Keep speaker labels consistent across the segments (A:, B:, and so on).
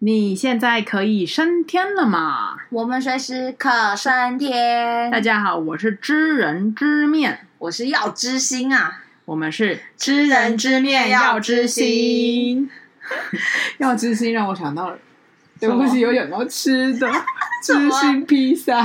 A: 你现在可以升天了吗？
B: 我们随时可升天。
A: 大家好，我是知人知面，
B: 我是要知心啊，
A: 我们是
B: 知人知面要知
A: 心
B: 心，
A: 要知心让我想到了，对不起，有点到吃 的知心披萨。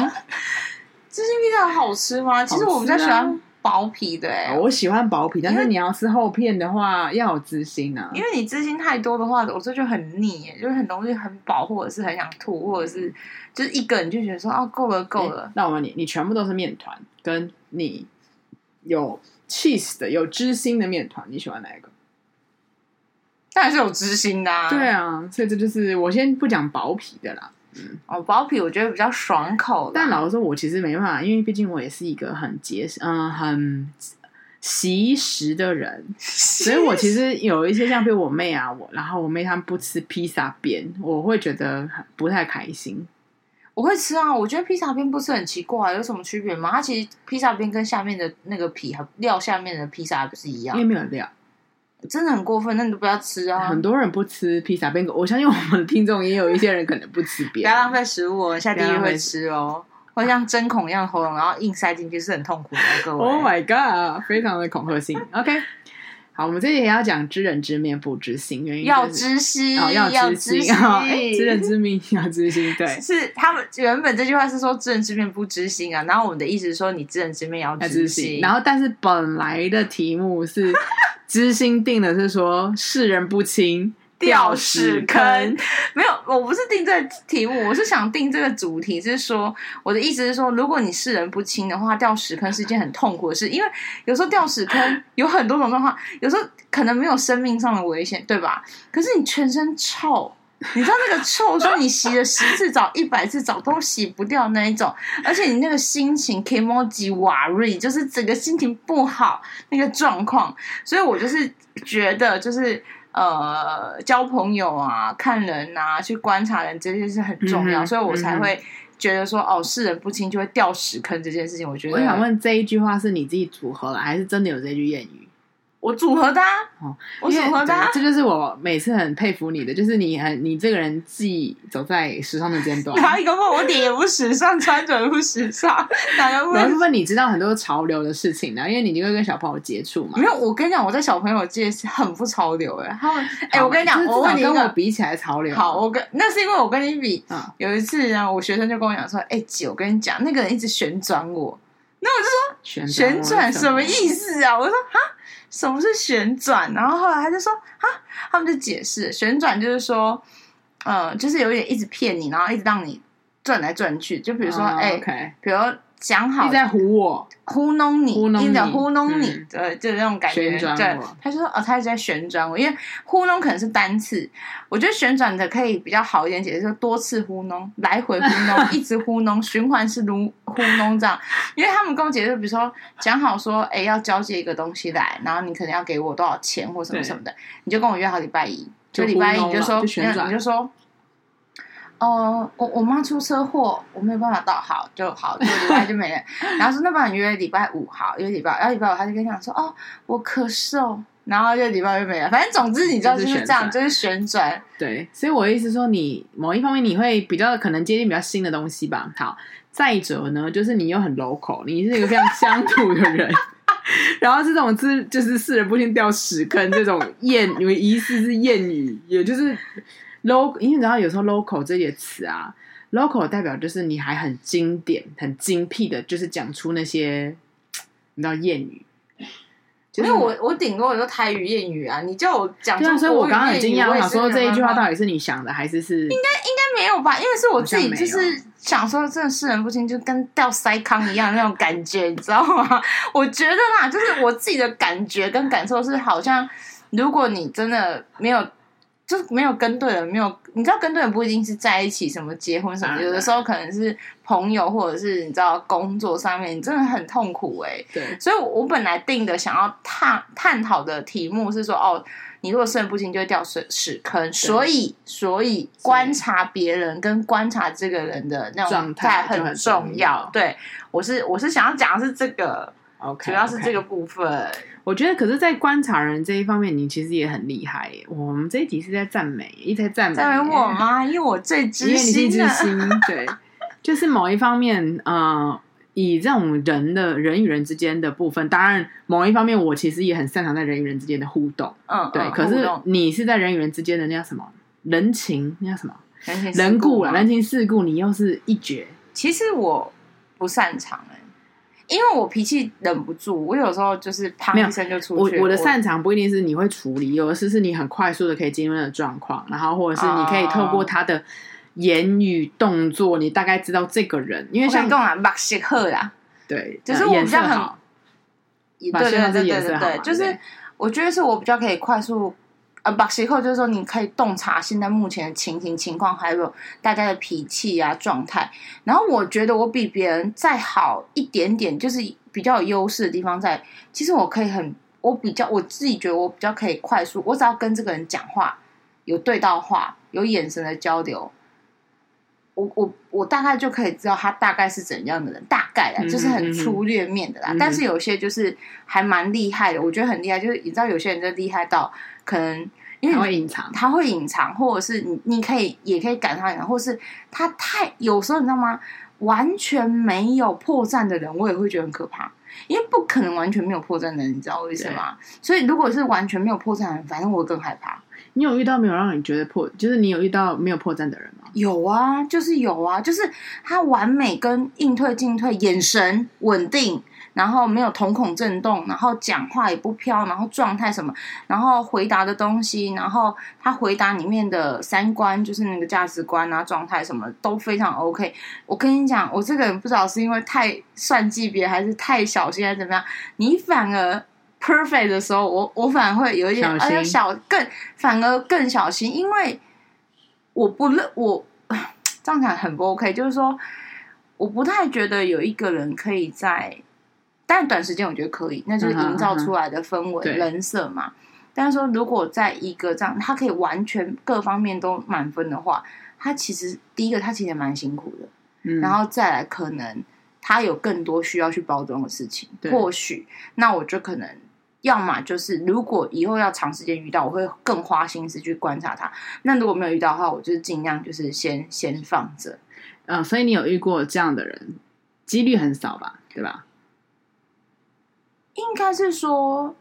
B: 知心披萨好吃吗？其实我们家
A: 好吃
B: 喜
A: 啊
B: 欢薄皮的、欸，
A: 哎我喜欢薄皮，但
B: 因
A: 是
B: 为
A: 你要吃厚片的话，要有知心啊
B: 因。为你知心太多的话，我这就很腻、欸，就是很容易很饱，或者是很想吐，或者是就是一个你就觉得说啊够了够
A: 诶
B: 了，
A: 哎那我问你，你全部都是面团，跟你有 cheese 的、有知心的面团，你喜欢哪一个？
B: 当然是有知心的、啊。
A: 对，啊，所以这就是我先不讲薄皮的啦。
B: 哦薄皮我觉得比较爽口啦，
A: 但老实说，我其实没办法，因为毕竟我也是一个很节食，嗯、很习食的人， 所以我其实有一些像比如我妹啊，我然后我妹她们不吃披萨边，我会觉得很不太开心。
B: 我会吃啊，我觉得披萨片不是很奇怪，有什么区别吗？它其实披萨片跟下面的那个皮还料下面的披萨还不是一
A: 因
B: 样
A: 为，没有料，
B: 真的很过分，那你都不要吃啊，
A: 很多人不吃披萨边，我相信我们的听众也有一些人可能不吃
B: 不
A: 边
B: 要。浪费食物哦，下地
A: 不要
B: 狱
A: 浪费
B: 会吃哦，会像针孔一样喉咙，然后硬塞进去是很痛苦 的哦，各位。
A: Oh my god，非常的恐吓性。OK，好，我们这里也要讲知人知面不知心，原因、就是、
B: 要知悉，
A: 哦要
B: 要
A: 知
B: 知
A: 心 哦，哎知人知面 要知心，对，
B: 是他们原本这句话是说知人知面不知心啊，然后我们的意思是说你知人知面也要
A: 要
B: 知
A: 知
B: 心，
A: 心。然后，但是本来的题目 是知心定的是说世人不清。
B: 掉屎坑
A: 掉屎，
B: 没有，我不是定这个题目，我是想定这个主题，是说我的意思是说，如果你视人不清的话，掉屎坑是一件很痛苦的事，因为有时候掉屎坑有很多种状况，有时候可能没有生命上的危险，对吧？可是你全身臭。你知道那个臭，说你洗了十次澡、一百次澡都洗不掉那一种，而且你那个心情 k m o j i w a r i 就是整个心情不好那个状况，所以我就是觉得就是呃交朋友啊、看人啊、去观察人这些是很重要，
A: 嗯哼
B: 所以我才会觉得说哦视人不清就会掉屎坑这件事情，我觉
A: 坑。
B: 得
A: 我想问，这一句话是你自己组合的，还是真的有这句谚语？
B: 我组合的、啊，
A: 哦
B: 我组合的、啊
A: 对。这就是我每次很佩服你的，就是你很你这个人既走在时尚的尖端，
B: 然后一个问我脸也不时尚，穿着也不时尚， 哪个
A: 然后
B: 问
A: 部分你知道很多潮流的事情呢、啊因为你就会跟小朋友接触嘛。
B: 没有，我跟你讲，我在小朋友界是很不潮流哎、他们哎、我跟你讲，
A: 就是
B: 我问你
A: 至
B: 一
A: 少跟我
B: 个，
A: 比起来潮流，
B: 好，我跟那是因为我跟你比，
A: 嗯
B: 有一次呢，我学生就跟我讲说，哎、姐，我跟你讲，那个人一直旋转我，
A: 啊旋
B: 旋转什么
A: 么
B: 意？思啊？我说哈，什么是旋转？然后后来他就说哈，他们就解释旋转就是说，呃，就是有一点一直骗你，然后一直让你转来转去，就比
A: 比
B: 如说哎、
A: 哦，OK，
B: 比如讲
A: 一
B: 好
A: 直在唬我，
B: 糊弄你，
A: 糊弄
B: 一直在
A: 你
B: 糊弄你
A: 嗯，
B: 对，就是那种感觉。
A: 旋转
B: 对
A: 我，
B: 他就说哦，他一直在旋转我，因为糊弄可能是单次，我觉得旋转的可以比较好一点解释，就是多次糊弄，来回糊 弄，一直糊弄，循环式糊糊弄这样。因为他们跟我解释，比如说讲好说，哎，要交接一个东西来，然后你可能要给我多少钱或什么
A: 对
B: 什么的，你就跟我约好礼拜一，
A: 就
B: 就礼拜一
A: 糊弄
B: 你就
A: 了
B: 说，
A: 就旋转
B: 你就说。哦，我我妈出车祸，我没有办法到，好就好，就礼拜就没了。然后说那不然约礼拜五好，约礼拜五，然后礼拜五他就跟你讲说哦，我咳嗽，然后就礼拜五就没了。反正总之你知道就是这样，就是旋
A: 嗯
B: 转。
A: 对，所以我的意思说你，某一方面你会比较可能接近比较新的东西吧。好，再者呢，就是你又很 local，你是一个非常乡土的人。 然后这种是就是世人不听掉屎坑这种谚，有疑似是谚语，也就是 local，因为你知道有时候 local 这些词啊，local 代表就是你还很经典、很精辟的，就是讲出那些你知道谚语。就
B: 因
A: 是
B: 为我我顶多我就台语谚语啊，你叫我讲出
A: 对啊，
B: 国语谚语，
A: 所以我刚刚很惊讶，我
B: 也
A: 想
B: 是
A: 说这一句话
B: 没办法
A: 到底是你想的还是是应该
B: 应该没有吧？因为是我自己
A: 好像没
B: 就
A: 有
B: 是想说，真的世人不清，就跟掉腮康一样那种感觉，你知道吗？ 我觉得啦，就是我自己的感觉跟感受是，好像如果你真的没有。就是没有跟对人，没有你知道跟对人不一定是在一起，什么结婚什
A: 当
B: 么，
A: 然
B: 有的时候可能是朋友，或者是你知道工作上面，你真的很痛苦哎、
A: 对？
B: 所以我我本来定的想要探探讨的题目是说，哦，你如果肾不清就会掉水屎坑，所以所以观察别人跟观察这个人的那种
A: 状态就
B: 很
A: 很
B: 重
A: 重要
B: 对，我是我是想要讲的是这个，
A: OK，
B: 主要是
A: OK
B: 这个部分。
A: 我觉得，可是，在观察人这一方面，你其实也很厉害耶。我们这一集是在赞美，一直在赞美，
B: 在为我？吗？因为我最
A: 因为
B: 知
A: 你是
B: 心
A: 知
B: 的，
A: 心， 对，就是某一方面，呃，以这种人的人与人之间的部分，当然，某一方面，我其实也很擅长在人与人之间的互动，
B: 嗯，
A: 对。
B: 嗯
A: 可
B: 互
A: 是
B: 动
A: 你是在人与人之间的那叫什么人情，那叫什么
B: 人情世
A: 人故啦，
B: 嘛
A: 人情世故，你又是一绝。
B: 其实我不擅长哎、因为我脾气忍不住，我有时候就是
A: 没
B: 砰
A: 有
B: 一声就出
A: 我
B: 去。
A: 我的擅长不一定是你会处理，有的是是你很快速的可以进入那个状况，然后或者是你可以透
B: 哦
A: 过他的言语动作，你大概知道这个人，因为
B: 我
A: 像
B: 想讲啊，目色喝啦，
A: 对，
B: 就是
A: 呃
B: 我
A: 颜
B: 比较
A: 色
B: 很
A: 好，
B: 对
A: 把
B: 对
A: 信号
B: 对
A: 是
B: 对
A: 颜
B: 对
A: 色
B: 对
A: 好嘛
B: 对，就
A: 对
B: 是我觉得是我比较可以快速。呃，把息后就是说，你可以洞察现在目前的情形、情况，还有大家的脾气啊、状态。然后我觉得我比别人再好一点点，就是比较有优势的地方在。其实我可以很，我比较我自己觉得我比较可以快速，我只要跟这个人讲话，有对到话，有眼神的交流，我我我大概就可以知道他大概是怎样的人，大概啊，
A: 嗯
B: 就是很
A: 嗯
B: 粗略面的啦。
A: 嗯
B: 但是有些就是还蛮厉害的，我觉得很厉害，就是你知道有些人就厉害到可能因
A: 他
B: 为
A: 会隐藏，
B: 他会隐藏，或者是你你可以也可以赶上隐藏，或是他太有时候你知道吗？完全没有破绽的人，我也会觉得很可怕，因为不可能完全没有破绽的人，你知道为什么吗？所以如果是完全没有破绽的人，反正我会更害怕。
A: 你有遇到没有让你觉得破，就是你有遇到没有破绽的人吗？
B: 有啊，就是有啊，就是他完美跟应退进退，眼神稳定，然后没有瞳孔震动，然后讲话也不飘，然后状态什么，然后回答的东西，然后他回答里面的三观，就是那个价值观啊、状态什么都非常 OK。我跟你讲，我这个人不知道是因为太算计别人，还是太小心，还是怎么样，你反而。perfect 的时候，我我反而会有一点，
A: 小
B: 而
A: 心
B: 且小更反而更小心，因为我不认我这样讲很不 OK，就是说我不太觉得有一个人可以在，但短时间我觉得可以，那就是营造出来的氛
A: 嗯嗯
B: 围、
A: 哼嗯哼
B: 人设嘛。但是说如果在一个这样，他可以完全各方面都满分的话，他其实第一个他其实也蛮辛苦的，
A: 嗯，
B: 然后再来可能他有更多需要去包装的事情，
A: 对
B: 或许那我就可能。要么就是，如果以后要长时间遇到，我会更花心思去观察他。那如果没有遇到的话，我就是尽量就是先先放着。
A: 呃，所以你有遇过这样的人，几率很少吧，对吧？
B: 应该是说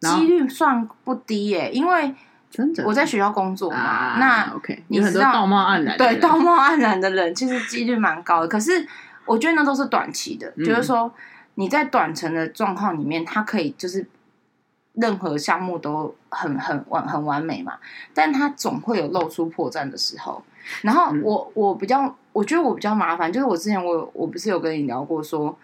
A: 然后
B: 几率算不低耶、因为
A: 真的，
B: 我在学校工作嘛，
A: 啊，
B: 那
A: OK，
B: 你
A: 有很多
B: 知道
A: 道貌岸然的
B: 对
A: 人，
B: 道貌岸然的人，其实几率蛮高的。可是我觉得那都是短期的，
A: 嗯
B: 就是说你在短程的状况里面，他可以就是任何项目都很很完很完美嘛，但他总会有露出破绽的时候。然后
A: 嗯
B: 我我比较，我觉得我比较麻烦，就是我之前我有我不是有跟你聊过说，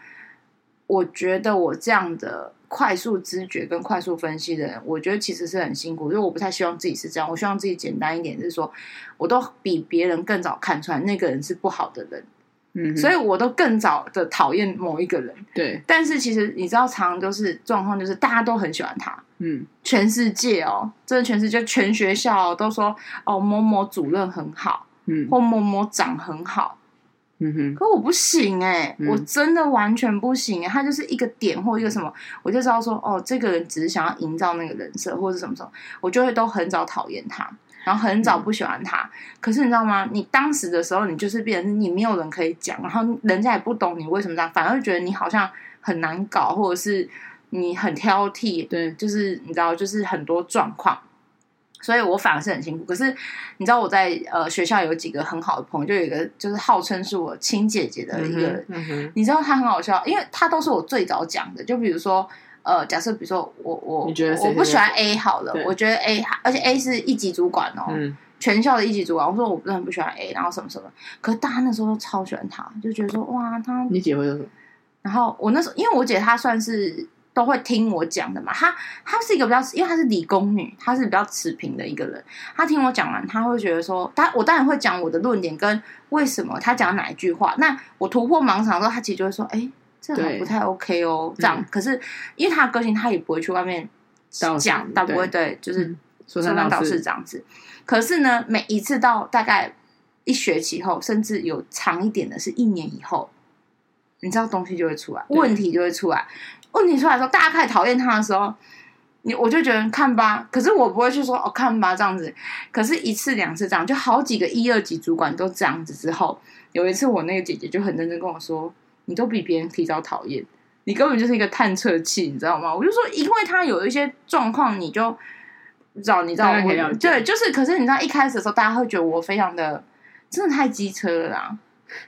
B: 我觉得我这样的快速知觉跟快速分析的人，我觉得其实是很辛苦，因为我不太希望自己是这样，我希望自己简单一点，是说我都比别人更早看出来那个人是不好的人，
A: 嗯哼，
B: 所以我都更早的讨厌某一个人。
A: 对，
B: 但是其实你知道，常常就是状况就是大家都很喜欢他，
A: 嗯，
B: 全世界哦，真的全世界全学校、都说哦某某主任很好，
A: 嗯，
B: 或某某长很好，
A: 嗯哼，
B: 可我不行哎、
A: 嗯
B: 我真的完全不行、欸。他就是一个点或一个什么，我就知道说，哦，这个人只是想要营造那个人设，或者什么什么，我就会都很早讨厌他，然后很早不喜欢他。可是你知道吗？你当时的时候，你就是变成你没有人可以讲，然后人家也不懂你为什么这样，反而觉得你好像很难搞，或者是你很挑剔，
A: 对，
B: 就是你知道，就是很多状况，所以我反而是很辛苦。可是你知道我在呃学校有几个很好的朋友，就有一个就是号称是我亲姐姐的一个，
A: 嗯哼嗯哼
B: 你知道她很好笑，因为她都是我最早讲的。就比如说呃，假设比如说我我
A: 你觉得谁
B: 我不
A: 谁
B: 喜欢 A 好了
A: 对，
B: 我觉得 A，而且 A 是一级主管哦，
A: 嗯，
B: 全校的一级主管。我说我不是很不喜欢 A，然后什么什么，可是大家那时候都超喜欢他，就觉得说哇，他
A: 你姐会说什么？
B: 然后我那时候，因为我姐她算是都会听我讲的嘛，她她是一个比较，因为她是理工女，她是比较持平的一个人。她听我讲完，她会觉得说，她我当然会讲我的论点跟为什么她讲哪一句话。那我突破盲场之后，她其实就会说，哎，这个
A: 对
B: 不太 OK 哦，这样。
A: 嗯
B: 可是因为她的个性，她也不会去外面
A: 道歉
B: 讲，她不会对，就是
A: 嗯说
B: 中
A: 三
B: 山
A: 道
B: 岛
A: 四
B: 是，这样子。可是呢，每一次到大概一学期后，甚至有长一点的是一年以后，你知道东西就会出来，
A: 对
B: 问题就会出来。问题出来的时候，大家开始讨厌他的时候，你我就觉得看吧，可是我不会去说哦看吧这样子。可是，一次两次这样，就好几个一二级主管都这样子之后，有一次我那个姐姐就很认真跟我说：“你都比别人提早讨厌，你根本就是一个探测器，你知道吗？”我就说，因为他有一些状况，你就找你知
A: 大
B: 道
A: 概可以了
B: 我
A: 解
B: 对，就是可是你知道一开始的时候，大家会觉得我非常的真的太机车了啦，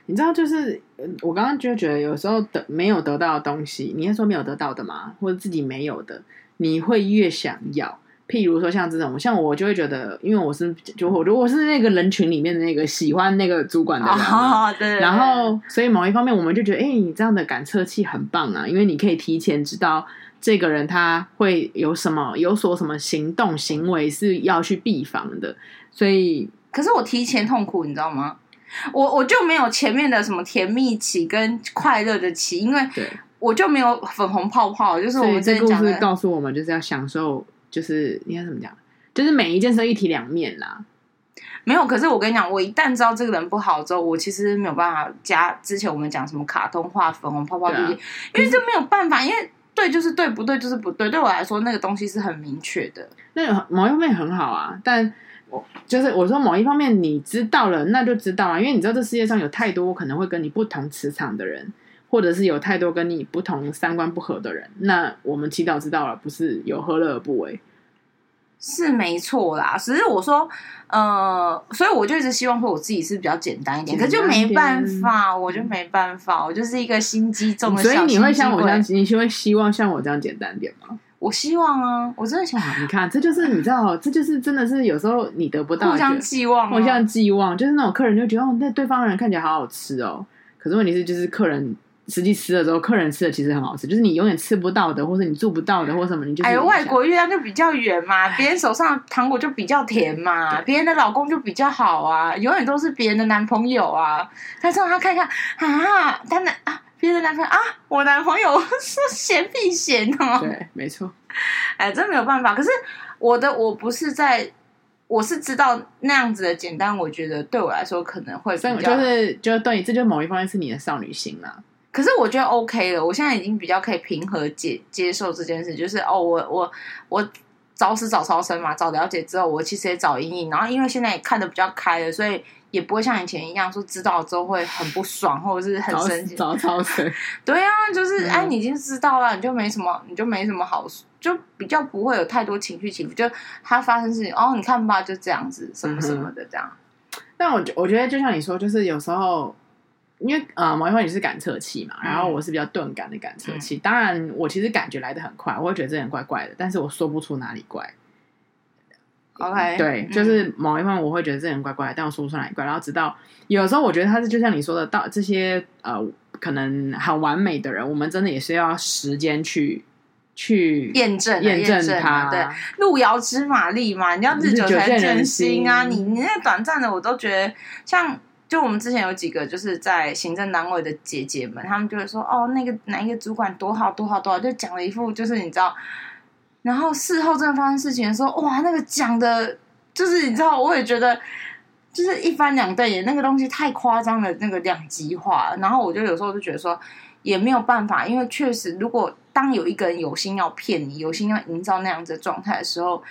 A: 你知道，就是呃我刚刚就觉得，有时候得没有得到的东西，你会说没有得到的嘛，或者自己没有的，你会越想要。譬如说像这种，像我就会觉得，因为我是就我如果是那个人群里面的那个喜欢那个主管的人嘛，
B: 啊， 对，
A: 然后所以某一方面我们就觉得，哎、你这样的感测器很棒啊，因为你可以提前知道这个人他会有什么有所什么行动行为是要去避防的，所以
B: 可是我提前痛苦，你知道吗？我我就没有前面的什么甜蜜期跟快乐的期，因为
A: 对。
B: 我就没有粉红泡泡，就是我
A: 所以
B: 们之
A: 这故
B: 前讲
A: 事
B: 的。
A: 告诉我们，就是要享受，就是应该怎么讲，就是每一件事都一体两面啦。
B: 没有，可是我跟你讲，我一旦知道这个人不好之后，我其实没有办法加之前我们讲什么卡通化、粉红泡泡这些，
A: 对啊
B: 因为这没有办法，因为对就是对，不对就是不对。对我来说，那个东西是很明确的。
A: 那有某一方面很好啊，但我就是我说某一方面你知道了，那就知道啊，因为你知道这世界上有太多可能会跟你不同磁场的人，或者是有太多跟你不同三观不合的人。那我们祈祷知道了，不是有何乐而不为？
B: 是没错啦，只是我说，呃，所以我就一直希望说我自己是比较简单一点，可是就嗯没办法，我就没办法，我就是一个心机重的小
A: 所以你会
B: 心机
A: 像我
B: 鬼
A: 这样，你就会希望像我这样简单点吗？
B: 我希望啊，我真的想
A: 哇，你看，这就是你知道，这就是真的是有时候你得不到，
B: 互
A: 你觉
B: 相
A: 得
B: 寄望、啊，
A: 我像寄望，就是那种客人就觉得哦，那对方人看起来好好吃哦。可是问题是，就是客人实际吃了之后，客人吃的其实很好吃，就是你永远吃不到的，或者你做不到的，或什么，你就是
B: 哎，
A: 有
B: 外
A: 想
B: 国月亮就比较圆嘛，别人手上的糖果就比较 甜嘛，别人的老公就比较好啊，永远都是别人的男朋友啊。但是他看一看啊，他男啊，别人的男朋友啊，我男朋友是嫌必嫌哦。
A: 对，没错，
B: 哎，真没有办法。可是我的我不是在，我是知道那样子的简单，我觉得对我来说可能会比
A: 所以
B: 较。
A: 我就是就对，这就某一方面是你的少女心啦。
B: 可是我觉得 OK 了，我现在已经比较可以平和接接受这件事，就是哦，我我我早死早超生嘛，早了解之后，我其实也早阴影，然后因为现在也看得比较开了，所以也不会像以前一样说知道之后会很不爽或者是很
A: 早
B: 生气。
A: 早超生，
B: 对啊，就是
A: 嗯
B: 哎、你已经知道了，你就没什么，你就没什么好，就比较不会有太多情绪起伏，就它发生事情，哦，你看吧，就这样子，什么什么的这样。
A: 但我觉我觉得就像你说，就是有时候。因为呃，某一方面你是感测器
B: 嗯
A: 嘛，然后我是比较钝感的感测器。当然，我其实感觉来的很快，我会觉得这人怪怪的，但是我说不出哪里怪。
B: OK，
A: 对，
B: 嗯
A: 就是某一方面我会觉得这人怪怪的，但我说不出来怪。然后直到有时候我觉得他是就像你说的，到这些呃可能很完美的人，我们真的也是要时间去去
B: 验证啊
A: 验证他。
B: 啊对。路遥知马力嘛，你要日久才
A: 日久
B: 见心啊。
A: 见人心
B: 你你那短暂的，我都觉得像。就我们之前有几个就是在行政单位的姐姐们，她们就会说哦，那个哪一个主管多好多好多好，就讲了一副就是你知道，然后事后真的发生事情的时候，哇，那个讲的，就是你知道，我也觉得就是一翻两瞪眼，那个东西太夸张了，那个两极化。然后我就有时候就觉得说，也没有办法，因为确实，如果当有一个人有心要骗你，有心要营造那样子的状态的时候，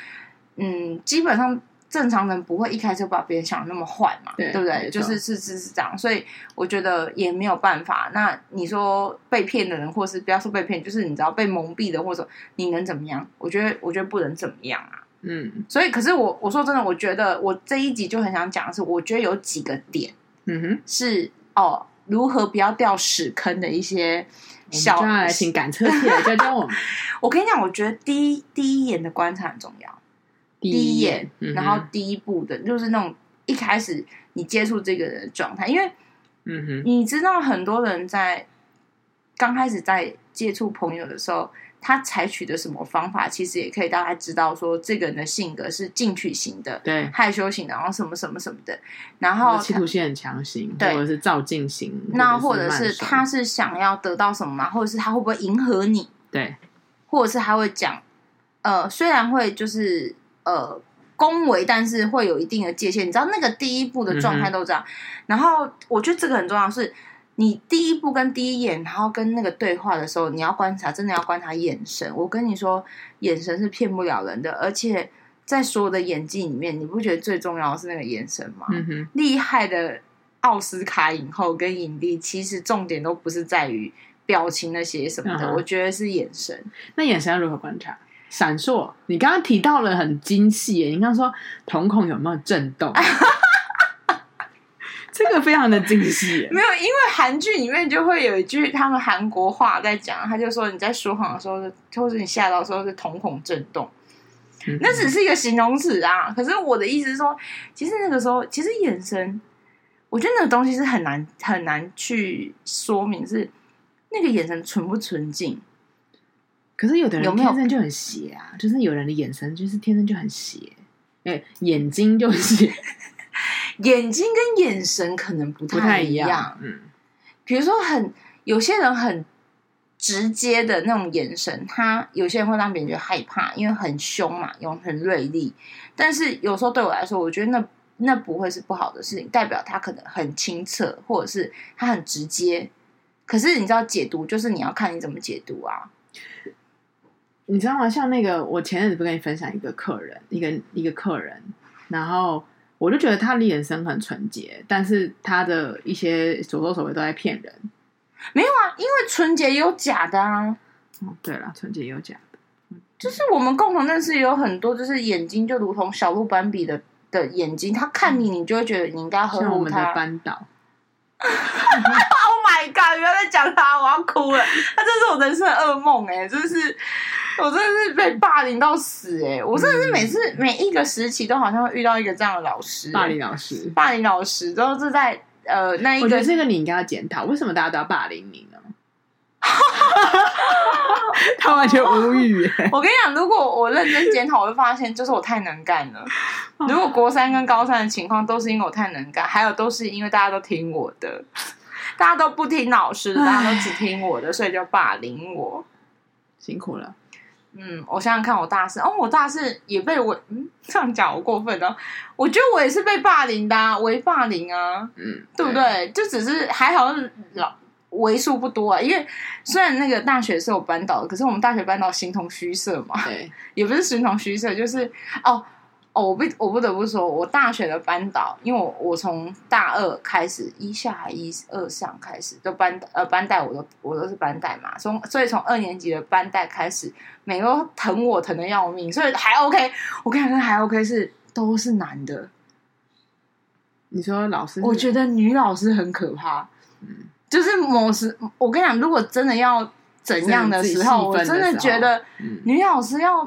B: 嗯，基本上正常人不会一开始就把别人想得那么坏嘛，
A: 对
B: 不对？
A: 没
B: 就
A: 错
B: 是是是是这样，所以我觉得也没有办法。那你说被骗的人，或是不要说被骗，就是你知道被蒙蔽的，或者你能怎么样？我觉得，我觉得不能怎么样啊。
A: 嗯
B: 所以，可是我我说真的，我觉得我这一集就很想讲的是，我觉得有几个点
A: 嗯哼，
B: 是哦，如何不要掉屎坑的一些小
A: 我们就要来请感测器来教教 我们
B: 我跟你讲，我觉得第一第一眼的观察很重要，
A: 第
B: 一
A: 一
B: 眼，
A: 嗯哼
B: 然后第一步的就是那种一开始你接触这个人的状态，因为
A: 嗯哼，
B: 你知道很多人在刚开始在接触朋友的时候，他采取的什么方法，其实也可以大概知道说这个人的性格是进取型的、
A: 对。
B: 害羞型的，然后什么什么什么的，然
A: 或
B: 后
A: 者企图心很强型，
B: 对
A: 或者是照镜型，
B: 那或者
A: 是
B: 是
A: 慢手
B: 他是想要得到什么嘛，或者是他会不会迎合你，
A: 对
B: 或者是他会讲，呃，虽然会就是呃恭维，但是会
A: 嗯
B: 有一定的界限。你知道那个第一步的状态都这样。然后我觉得这个很重要是，你第一步跟第一眼，然后跟那个对话的时候，你要观察，真的要观察眼神。我跟你说，眼神是骗不了人的，而且在所有的演技里面，你不觉得最重要的是那个眼神吗？
A: 嗯哼，
B: 厉害的奥斯卡影后跟影帝，其实重点都不是在于表情那些什么的，
A: 嗯哼
B: 我觉得是眼神。
A: 那眼神要如何观察？闪烁，你刚刚提到了很精细耶，你刚刚说瞳孔有没有震动？ 这个非常的精细耶，
B: 没有，因为韩剧里面就会有一句他们韩国话在讲，他就说你在说谎的时候是，或者你吓到的时候是瞳孔震动，
A: 嗯
B: 那只是一个形容词啊。可是我的意思是说，其实那个时候，其实眼神，我觉得那个东西是很难很难去说明是，那个眼神纯不纯净。
A: 可是有的
B: 有
A: 人
B: 没有
A: 天生就很邪啊，就是有人的眼神就是天生就很邪，哎、眼睛就邪，
B: 眼睛跟眼神可能不
A: 不太
B: 一
A: 样。嗯，
B: 比如说很有些人很直接的那种眼神，他有些人会让别人觉得害怕，因为很凶嘛，有很锐利。但是有时候对我来说，我觉得那那不会是不好的事情，代表他可能很清澈，或者是他很直接。可是你知道解读就是你要看你怎么解读啊，
A: 你知道吗？像那个，我前阵子不跟你分享一个客人，一个一个客人，然后我就觉得他的眼神很纯洁，但是他的一些所作所为都在骗人。
B: 啊因为纯洁也有假的啊。
A: 哦，对了，纯洁也有假的，
B: 就是我们共同认识有很多，就是眼睛就如同小鹿斑比的的眼睛，他看你，你就会觉得你应该要呵
A: 像我
B: 护
A: 们的
B: 哦他。
A: 班导，
B: Oh my god！不要再讲他，我要哭了。他真是我人生的噩梦哎、真是我真的是被霸凌到死哎、我真的是每次、每一个时期都好像会遇到一个这样的老师、
A: 嗯
B: 欸
A: 霸凌老师。
B: 霸凌老师，都是在呃那一
A: 我觉
B: 个
A: 得这个你应该要检讨，为什么大家都要霸凌你呢？ 他完全无语耶、
B: 我跟你讲，如果我认真检讨，我会发现就是我太能干了。
A: 哦
B: 如果国三跟高三的情况都是因为我太能干，还有都是因为大家都听我的，大家都不听老师的，大家都只听我的，所以就霸凌我。
A: 辛苦了。
B: 嗯，我想想看，我大四哦，我大四也被我嗯这样讲好过分哦，我觉得我也是被霸凌的、啊，微霸凌啊，
A: 嗯，
B: 对不？对？就只是还好是老为数不多啊，因为虽然那个大学是有班导的，可是我们大学班导形同虚设嘛，
A: 对，
B: 也不是形同虚设，就是哦哦，我不我不得不说，我大学的班导，因为我我从大二开始，一下还一二上开始，就班呃班带我都我都是班带嘛，从所以从二年级的班带开始，每个都疼我疼的要命，所以还 OK，我跟你讲还 OK 是都是男的，
A: 你说老师是，嗯
B: 我觉得女老师很可怕，就是某时我跟你讲，如果真的要怎样的时候，我
A: 真的自己
B: 真
A: 气愤的时候
B: 的觉得。
A: 嗯，
B: 女老师要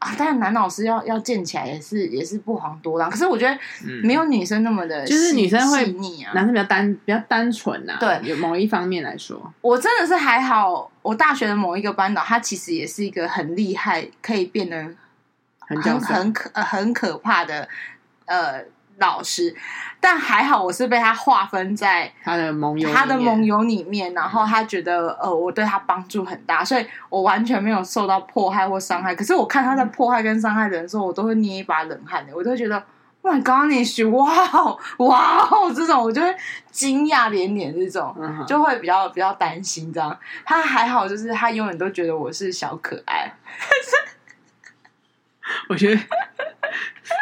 B: 啊，当然男老师要要建起来也是也是不遑多让。可是我觉得
A: 嗯
B: 没有女生那么的细，
A: 就是女生会
B: 细腻啊。
A: 男生比较单比较单纯呐、
B: 对，
A: 有某一方面来说，
B: 我真的是还好，我大学的某一个班导，他其实也是一个很厉害，可以变得
A: 很娇
B: 很
A: 生，
B: 很可、呃很可怕的呃老师，但还好我是被他划分在。
A: 他的盟友，
B: 他的盟，友里面，然后他觉得呃，我对他帮助很大，所以我完全没有受到迫害或伤害。可是我看他在迫害跟伤害人的时候，我都会捏一把冷汗的，我都会觉得 Oh my God，你许哇哦 哇哦这种，我就会惊讶连连这种。
A: 嗯哼，
B: 就会比较比较担心这样，他还好，就是他永远都觉得我是小可爱，
A: 我觉得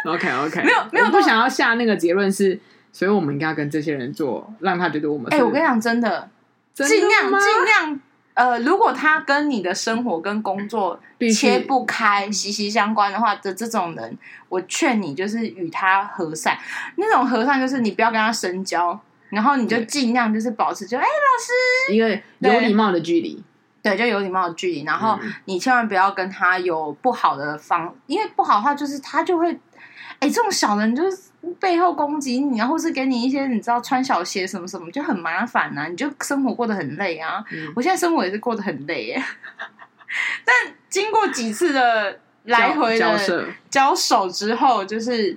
A: OK OK，
B: 没有没有
A: 不想要下那个结论是，所以我们应该要跟这些人做，让他觉得我们
B: 哎、
A: 是
B: 我跟你讲，真的，
A: 真的
B: 尽量
A: 吗
B: 尽量，呃，如果他跟你的生活跟工作
A: 必须
B: 切不开、息息相关的话的这种人，我劝你就是与他和善。那种和善就是你不要跟他深交，然后你就
A: 对
B: 尽量就是保持就哎、
A: 一个有礼貌的距离，
B: 对，就有礼貌的距离，然后
A: 嗯
B: 你千万不要跟他有不好的方，因为不好的话就是他就会，哎，这种小人就是背后攻击你啊，或是给你一些你知道穿小鞋什么什么就很麻烦呐、你就生活过得很累啊。
A: 嗯
B: 我现在生活也是过得很累耶， 但经过几次的来回
A: 交交
B: 的
A: 涉，
B: 交手之后，就是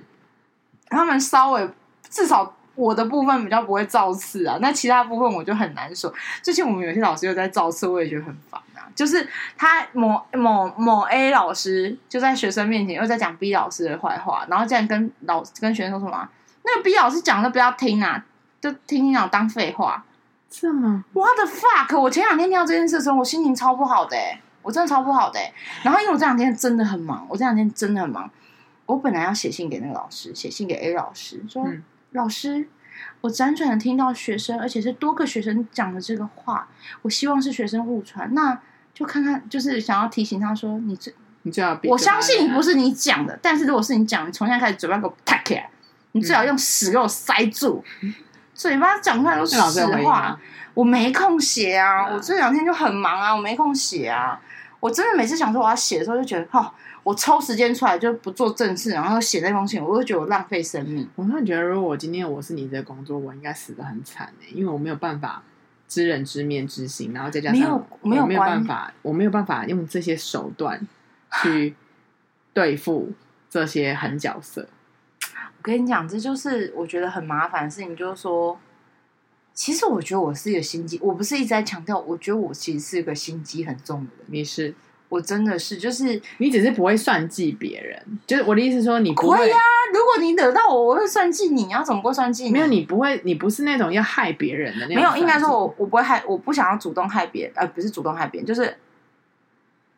B: 他们稍微至少我的部分比较不会造次啊，那其他部分我就很难说。最近我们有些老师又在造次，我也觉得很烦啊。就是他某某某 A 老师就在学生面前又在讲 B 老师的坏话，然后竟然跟老跟学生说什么啊、那个 B 老师讲的不要听啊，就听听讲当废话。
A: 这么
B: What the fuck！我前两天听到这件事的时候，我心情超不好的、欸，我真的超不好的、欸。然后因为我这两天真的很忙，我这两天真的很忙。我本来要写信给那个老师，写信给 A 老师说，
A: 嗯
B: 老师，我辗转的听到学生，而且是多个学生讲的这个话，我希望是学生误传，那就看看，就是想要提醒他说，你这
A: 你最好别
B: 我
A: 嘴巴
B: 相信
A: 拿
B: 不是你讲的，但是如果是你讲，你从现在开始嘴巴给我抬起来，你
A: 嗯
B: 最好用屎给我塞住，嘴巴讲出来都是
A: 那老师
B: 实
A: 有回应
B: 话
A: 吗。
B: 我没空写啊，
A: 嗯
B: 我这两天就很忙啊，我没空写啊。我真的每次想说我要写的时候，就觉得哦，我抽时间出来就不做正事，然后写那封信，我就觉得我浪费生命。
A: 我突然觉得，如果我今天我是你的工作，我应该死的很惨哎、因为我没有办法知人知面知心，然后再加上
B: 没有
A: 我
B: 没
A: 没
B: 有关
A: 办法，我没有办法用这些手段去对付这些狠角色。
B: 我跟你讲，这就是我觉得很麻烦的事情，就是说，其实我觉得我是一个心机，我不是一直在强调，我觉得我其实是一个心机很重的人，
A: 你是
B: 我真的是啊就是。
A: 你只是不会算计别人，就是我的意思说你不
B: 可
A: 会
B: 以啊，如果你惹到我，我会算计你啊，怎么不会算计你？
A: 没有你不会你不是那种要害别人的那种
B: 没有，应该
A: 算计
B: 说我我不会害，我不想要主动害别人，呃，不是主动害别人，就是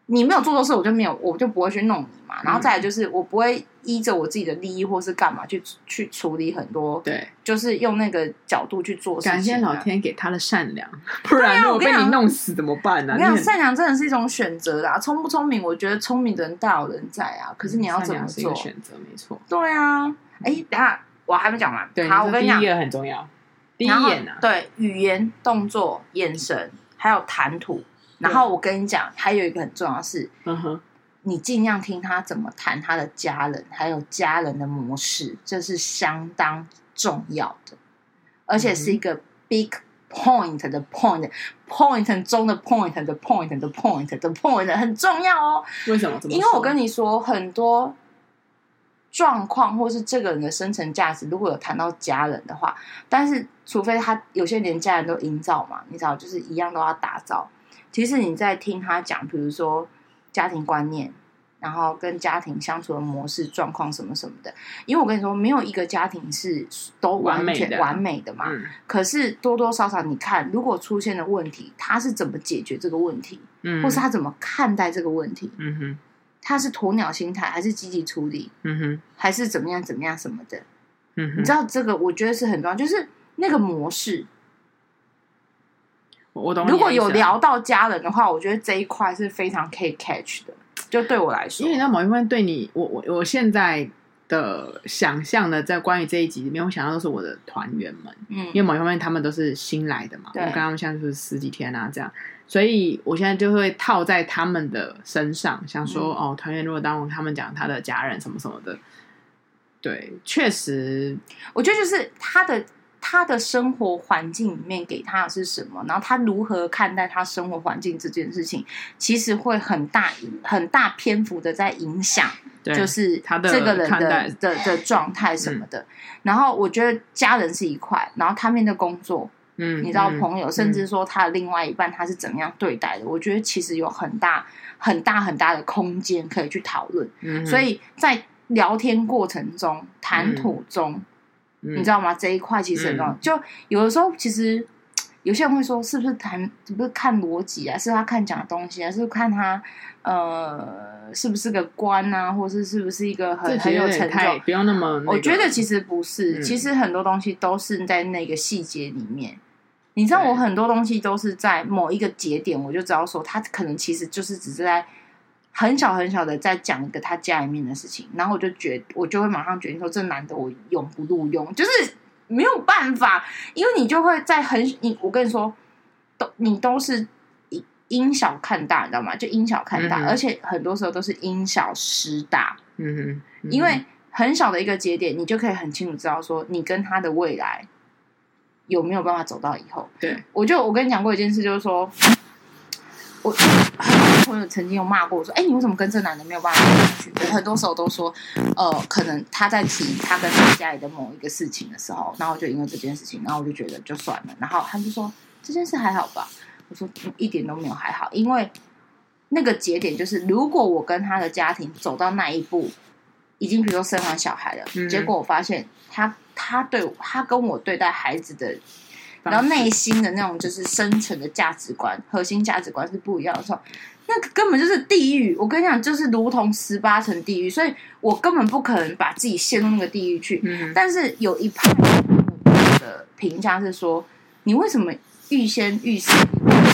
B: 你没有做错事，我就没有，我就不会去弄你嘛。
A: 嗯
B: 然后再来就是，我不会依着我自己的利益或是干嘛去去处理很多，
A: 对，
B: 就是用那个角度去做事情啊、
A: 感谢老天给他的善 良，不然
B: 对啊
A: 如果
B: 我跟
A: 被
B: 你
A: 你
B: 讲
A: 弄死怎么办呢、
B: 我
A: 啊？
B: 跟
A: 你
B: 你讲，
A: 很
B: 善良真的是一种选择啦。聪不聪明，我觉得聪明的人大有人在啊。可是你要
A: 嗯善
B: 怎么
A: 良是一
B: 做
A: 个？选择，没错。
B: 对啊，哎、等一下我还没讲完。
A: 对，
B: 好，
A: 你说
B: 我跟你讲
A: 第一，个很重要，第一
B: 然后
A: 眼啊，
B: 对，语言、动作、眼神，还有谈吐。然后我跟你讲，还有一个很重要的是，
A: 嗯哼，
B: 你尽量听他怎么谈他的家人，还有家人的模式，这是相当重要的，而且是一
A: 嗯
B: 个 big point 的 point point 中的 point 的 point 的 point 的 point 很重要哦。
A: 为什么这么说？
B: 因为我跟你说，很多状况或是这个人的生存价值，如果有谈到家人的话，但是除非他有些连家人都营造嘛，你知道，就是一样都要打造。其实你在听他讲，比如说家庭观念，然后跟家庭相处的模式、状况什么什么的。因为我跟你说，没有一个家庭是都完全
A: 完美的
B: 完美的嘛。
A: 嗯
B: 可是多多少少，你看，如果出现了问题，他是怎么解决这个问题，
A: 嗯，
B: 或是他怎么看待这个问题？
A: 嗯哼
B: 他是鸵鸟心态，还是积极处理，
A: 嗯哼
B: 还是怎么样怎么样什么的？
A: 嗯哼，
B: 你知道这个，我觉得是很重要，就是那个模式。
A: 我我懂。
B: 如果有，聊到家人的话，我觉得这一块是非常可以 catch 的。就对我来说
A: 因为，你知道某一部分对你，我我我现在的想象的，在关于这一集里面，我想到都是我的团员们，因为
B: 嗯，
A: 某一方面他们都是新来的嘛，我
B: 对
A: 跟他们相处十几天啊，这样，所以我现在就会套在他们的身上，想
B: 嗯
A: 说、哦，团员如果当他们讲他的家人什么什么的，对，确实
B: 我觉得就是他的他的生活环境里面给他的是什么，然后他如何看待他生活环境这件事情，其实会很大很大篇幅的在影响
A: 对
B: 就是
A: 他的
B: 这个人
A: 看待嗯
B: 的的的状态什么的。然后我觉得家人是一块，然后他面对工作，
A: 嗯，
B: 你知道
A: 嗯
B: 朋友，甚至说他的另外一半他是怎么样对待的，我觉得其实有很大很大很大的空间可以去讨论。
A: 嗯
B: 所以在聊天过程中、谈吐中，
A: 你
B: 你知道吗？这一块其实很重
A: 嗯
B: 要。就有的时候，其实有些人会说，是不是谈，是不是看逻辑啊？是他看讲的东西啊？是看他呃，是不是个官啊，或是是不是一个
A: 这
B: 很
A: 其实
B: 很有
A: 点
B: 成
A: 太
B: 就？啊
A: 不用那么、嗯那个。
B: 我觉得其实不是，
A: 嗯
B: 其实很多东西都是在那个细节里面。你知道，
A: 对
B: 我很多东西都是在某一个节点，我就知道说他可能其实就是只是在很小很小的在讲一个他家里面的事情，然后我就决我就会马上决定说这男的我永不录用，就是没有办法，因为你就会在很你我跟你说，都你都是以因小看大，你知道吗？就因小看大，
A: 嗯哼
B: 而且很多时候都是因小失大。
A: 嗯哼，嗯哼，
B: 因为很小的一个节点，你就可以很清楚知道说你跟他的未来有没有办法走到以后。
A: 对，
B: 我就我跟你讲过一件事，就是说，我很多朋友曾经有骂过我说：“哎、你为什么跟这男的没有办法走下去？”我很多时候都说，呃，可能他在提他跟他家里的某一个事情的时候，然后我就因为这件事情，然后我就觉得就算了，然后他就说这件事还好吧？我说嗯一点都没有还好，因为那个节点就是，如果我跟他的家庭走到那一步，已经比如说生完小孩了，
A: 嗯
B: 结果我发现他他对我他跟我对待孩子的
A: 方
B: 然后
A: 式
B: 内心的那种就是深层的价值观、核心价值观是不一样的时候，那个根本就是地狱。我跟你讲，就是如同十八层地狱，所以我根本不可能把自己陷入那个地狱去。
A: 嗯，
B: 但是有一派的评价是说，你为什么预先预设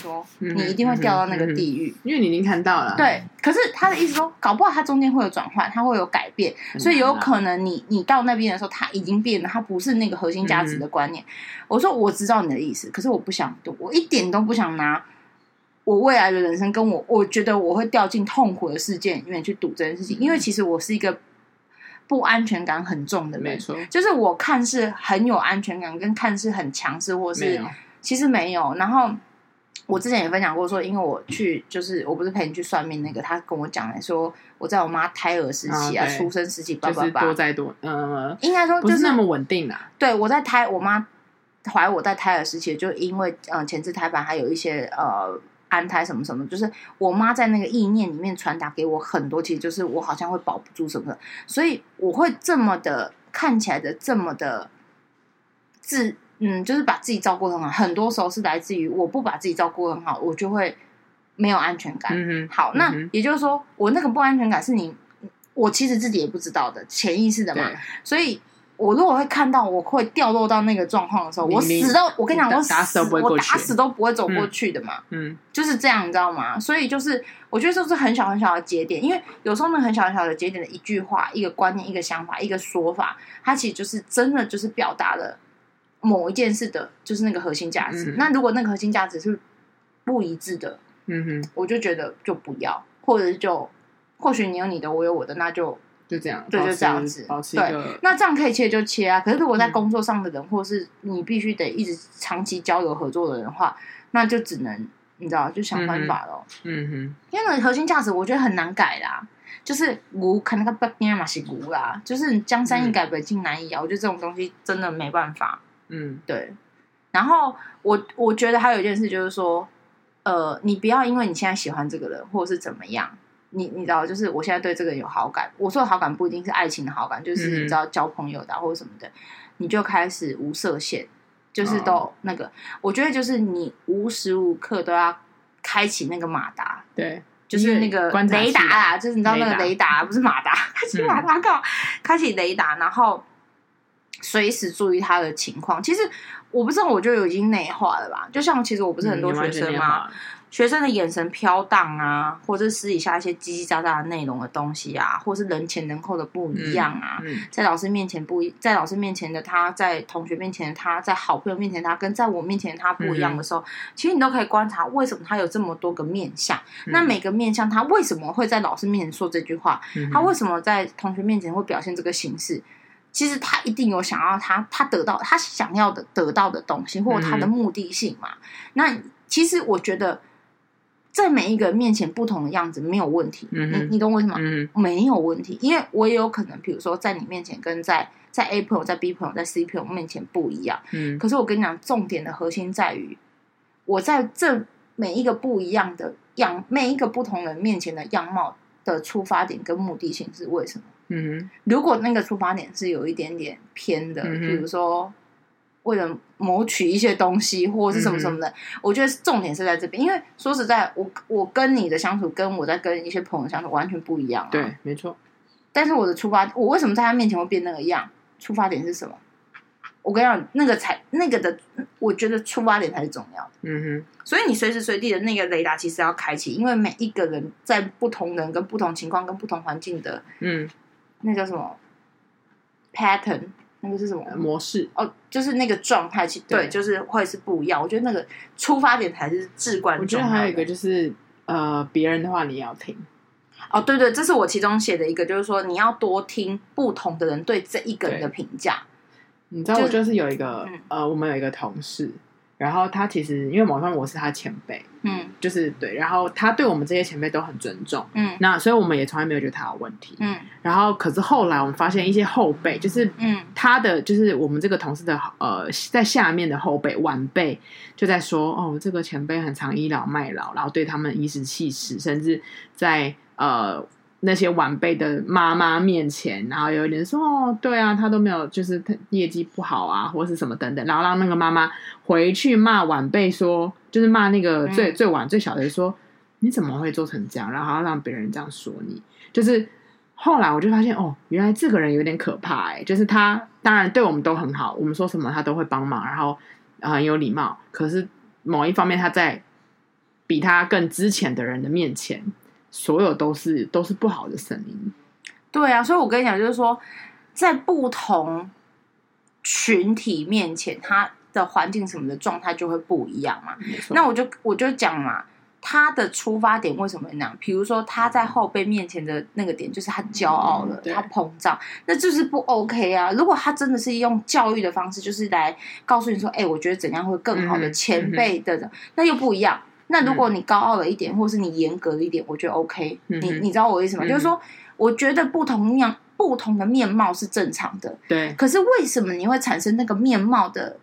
B: 说
A: 嗯
B: 你一定会掉到那个地狱？
A: 因为你已经看到了，，
B: 对，可是他的意思说，搞不好他中间会有转换，他会有改变，所
A: 啊
B: 以有可能你你到那边的时候，他已经变了，他不是那个核心价值的观
A: 嗯
B: 念。我说我知道你的意思，可是我不想读，我一点都不想拿我未来的人生跟我，我觉得我会掉进痛苦的事件里面去赌这件事
A: 嗯
B: 情，因为其实我是一个不安全感很重的
A: 没
B: 人。
A: 错，
B: 就是我看似很有安全感，跟看似很强势，或
A: 没
B: 是
A: 有，
B: 其实没有。然后我之前也分享过说，因为我去就是我不是陪你去算命那个，他跟我讲来说，我在我妈胎儿时期啊、
A: 啊对
B: 出生时期，叭
A: 就
B: 叭
A: 是
B: 叭
A: 多，灾多，呃，
B: 应该说
A: 不
B: 就是
A: 那
B: 是
A: 么稳定啦，
B: 对我在胎我妈怀我在胎儿时期，就因为呃前置胎盘还有一些呃。安胎什么什么，就是我妈在那个意念里面传达给我很多，其实就是我好像会保不住什么的，所以我会这么的看起来的这么的自嗯，就是把自己照顾得很好，很多时候是来自于我不把自己照顾得很好，我就会没有安全感。
A: 嗯哼，
B: 好，那
A: 嗯哼
B: 也就是说，我那个不安全感是你，我其实自己也不知道的，潜意识的嘛。
A: 对，
B: 所以，我如果会看到我会掉落到那个状况的时候，
A: 你
B: 我
A: 你
B: 死都，我跟你讲，
A: 打
B: 我
A: 打死都不会
B: 我
A: 过
B: 打
A: 去
B: 死都不会走过
A: 嗯
B: 去的嘛。
A: 嗯，
B: 就是这样，你知道吗？所以就是我觉得这是很小很小的节点，因为有时候那很小很小的节点的一句话、一个观念、一个想法、一个说法，它其实就是真的就是表达了某一件事的，就是那个核心价值。
A: 嗯
B: 那如果那个核心价值是不一致的，
A: 嗯哼，
B: 我就觉得就不要，或者是就或许你有你的，我有我的，那就
A: 就这样，
B: 对
A: 保
B: 就
A: 持
B: 这样子
A: 保持一个，
B: 那这样可以切就切啊。可是如果在
A: 嗯
B: 工作上的人，或是你必须得一直长期交流合作的人的话，那就只能你知道就想办法咯。
A: 嗯
B: 因为那个核心价值我觉得很难改啦，就是牛可能个北京嘛是牛啦，就是江山易改，本性难移啊。我觉得这种东西真的没办法。
A: 哼，嗯，
B: 对，然后我我觉得还有一件事就是说，呃，你不要因为你现在喜欢这个人或者是怎么样，你你知道，就是我现在对这个人有好感，我说的好感不一定是爱情的好感，就是你
A: 嗯
B: 知道交朋友的啊、或者什么的，你就开始无设限，就是都
A: 哦
B: 那个，我觉得就是你无时无刻都要开启那个马达，
A: 对，
B: 就是那个
A: 观察
B: 雷达
A: 器啦
B: 啦，就是你知道那个雷
A: 雷嗯
B: 达不是马达， 开启马达靠，开启雷达，然后随时注意他的情况。其实我不知道，我就已经内化了吧。就像其实我不是很多
A: 嗯你
B: 学
A: 完全
B: 生
A: 练
B: 嘛，
A: 好了
B: 学生的眼神飘荡啊，或者私底下一些叽叽喳喳的内容的东西啊，或是人前人后的不一样啊，
A: 嗯，
B: 在老师面前不一，在老师面前的他，在同学面前的他，在好朋友面前的他，跟在我面前的他不一样的
A: 嗯
B: 时候，其实你都可以观察为什么他有这么多个面相。那每个面相他为什么会在老师面前说这句话？
A: 嗯
B: 他
A: 哼
B: 为什么在同学面前会表现这个形式？其实他一定有想要他他得到他想要的得到的东西，或者他的
A: 嗯
B: 目的性嘛。那其实我觉得，在每一个人面前不同的样子没有问题。
A: 嗯
B: 你
A: 哼
B: 你懂我意思吗？
A: 嗯
B: 没有问题，因为我也有可能，比如说在你面前跟在在 A 朋友、在 B 朋友、在 C 朋友面前不一样。
A: 嗯，
B: 可是我跟你讲，重点的核心在于，我在这每一个不一样的样，每一个不同人面前的样貌的出发点跟目的性是为什么？
A: 嗯
B: 如果那个出发点是有一点点偏的，
A: 嗯哼
B: 比如说为了谋取一些东西或者是什
A: 嗯
B: 么什么的，我觉得重点是在这边。因为说实在，我我跟你的相处跟我在跟一些朋友相处完全不一样、啊
A: 哼，。对，没错，
B: 但是我的出发，我为什么在他面前会变那个样？出发点是什么？我跟你讲，那个才那个的，我觉得出发点才是重要的。
A: 嗯
B: 所以你随时随地的那个雷达其实要开启，因为每一个人在不同人、跟不同情况、跟不同环境的
A: 哼，嗯，
B: 那叫什么 pattern，那个是什么？
A: 呃模式，
B: 哦，就是那个状态，其对，
A: 对
B: 就是会是不一样。我觉得那个出发点才是至关
A: 我觉
B: 重
A: 得
B: 要的。
A: 还有一个就是，呃，别人的话你也要听，
B: 哦，对对，这是我其中写的一个，就是说你要多听不同的人对这一个人的评价。
A: 你知道
B: 就
A: 我就是有一个
B: 嗯
A: 呃，我们有一个同事，然后他其实因为某方面我是他前辈，
B: 嗯
A: 就是对，然后他对我们这些前辈都很尊重，
B: 嗯
A: 那所以我们也从来没有觉得他有问题。
B: 嗯
A: 然后可是后来我们发现一些后辈，就是
B: 嗯
A: 他的就是我们这个同事的呃，在下面的后辈晚辈就在说，哦，这个前辈很常倚老卖老，然后对他们颐指气使，甚至在呃那些晚辈的妈妈面前，然后有一点说哦，对啊，他都没有，就是他业绩不好啊，或是什么等等，然后让那个妈妈回去骂晚辈说，就是骂那个最、
B: 嗯
A: 最晚最小的说，你怎么会做成这样？然后让别人这样说你，就是后来我就发现哦，原来这个人有点可怕哎、就是他当然对我们都很好，我们说什么他都会帮忙，然后呃很有礼貌，可是某一方面他在比他更之前的人的面前，所有都是都是不好的声音。
B: 对啊，所以我跟你讲，就是说，在不同群体面前，他的环境什么的状态就会不一样嘛。那我就我就讲嘛，他的出发点为什么会那样？比如说他在后辈面前的那个点，就是他骄傲了
A: 嗯，对
B: 他膨胀，那就是不 OK 啊。如果他真的是用教育的方式，就是来告诉你说，哎、我觉得怎样会更好
A: 嗯
B: 的
A: 哼
B: 前辈的，那又不一样。那如果你高傲了一点，或是你严格了一点，我觉得 OK 你。
A: 嗯
B: 你
A: 哼
B: 知道我的意思吗？
A: 嗯
B: 就是说，我觉得不同样、不同的面貌是正常的。
A: 对
B: 可是为什么你会产生那个面貌的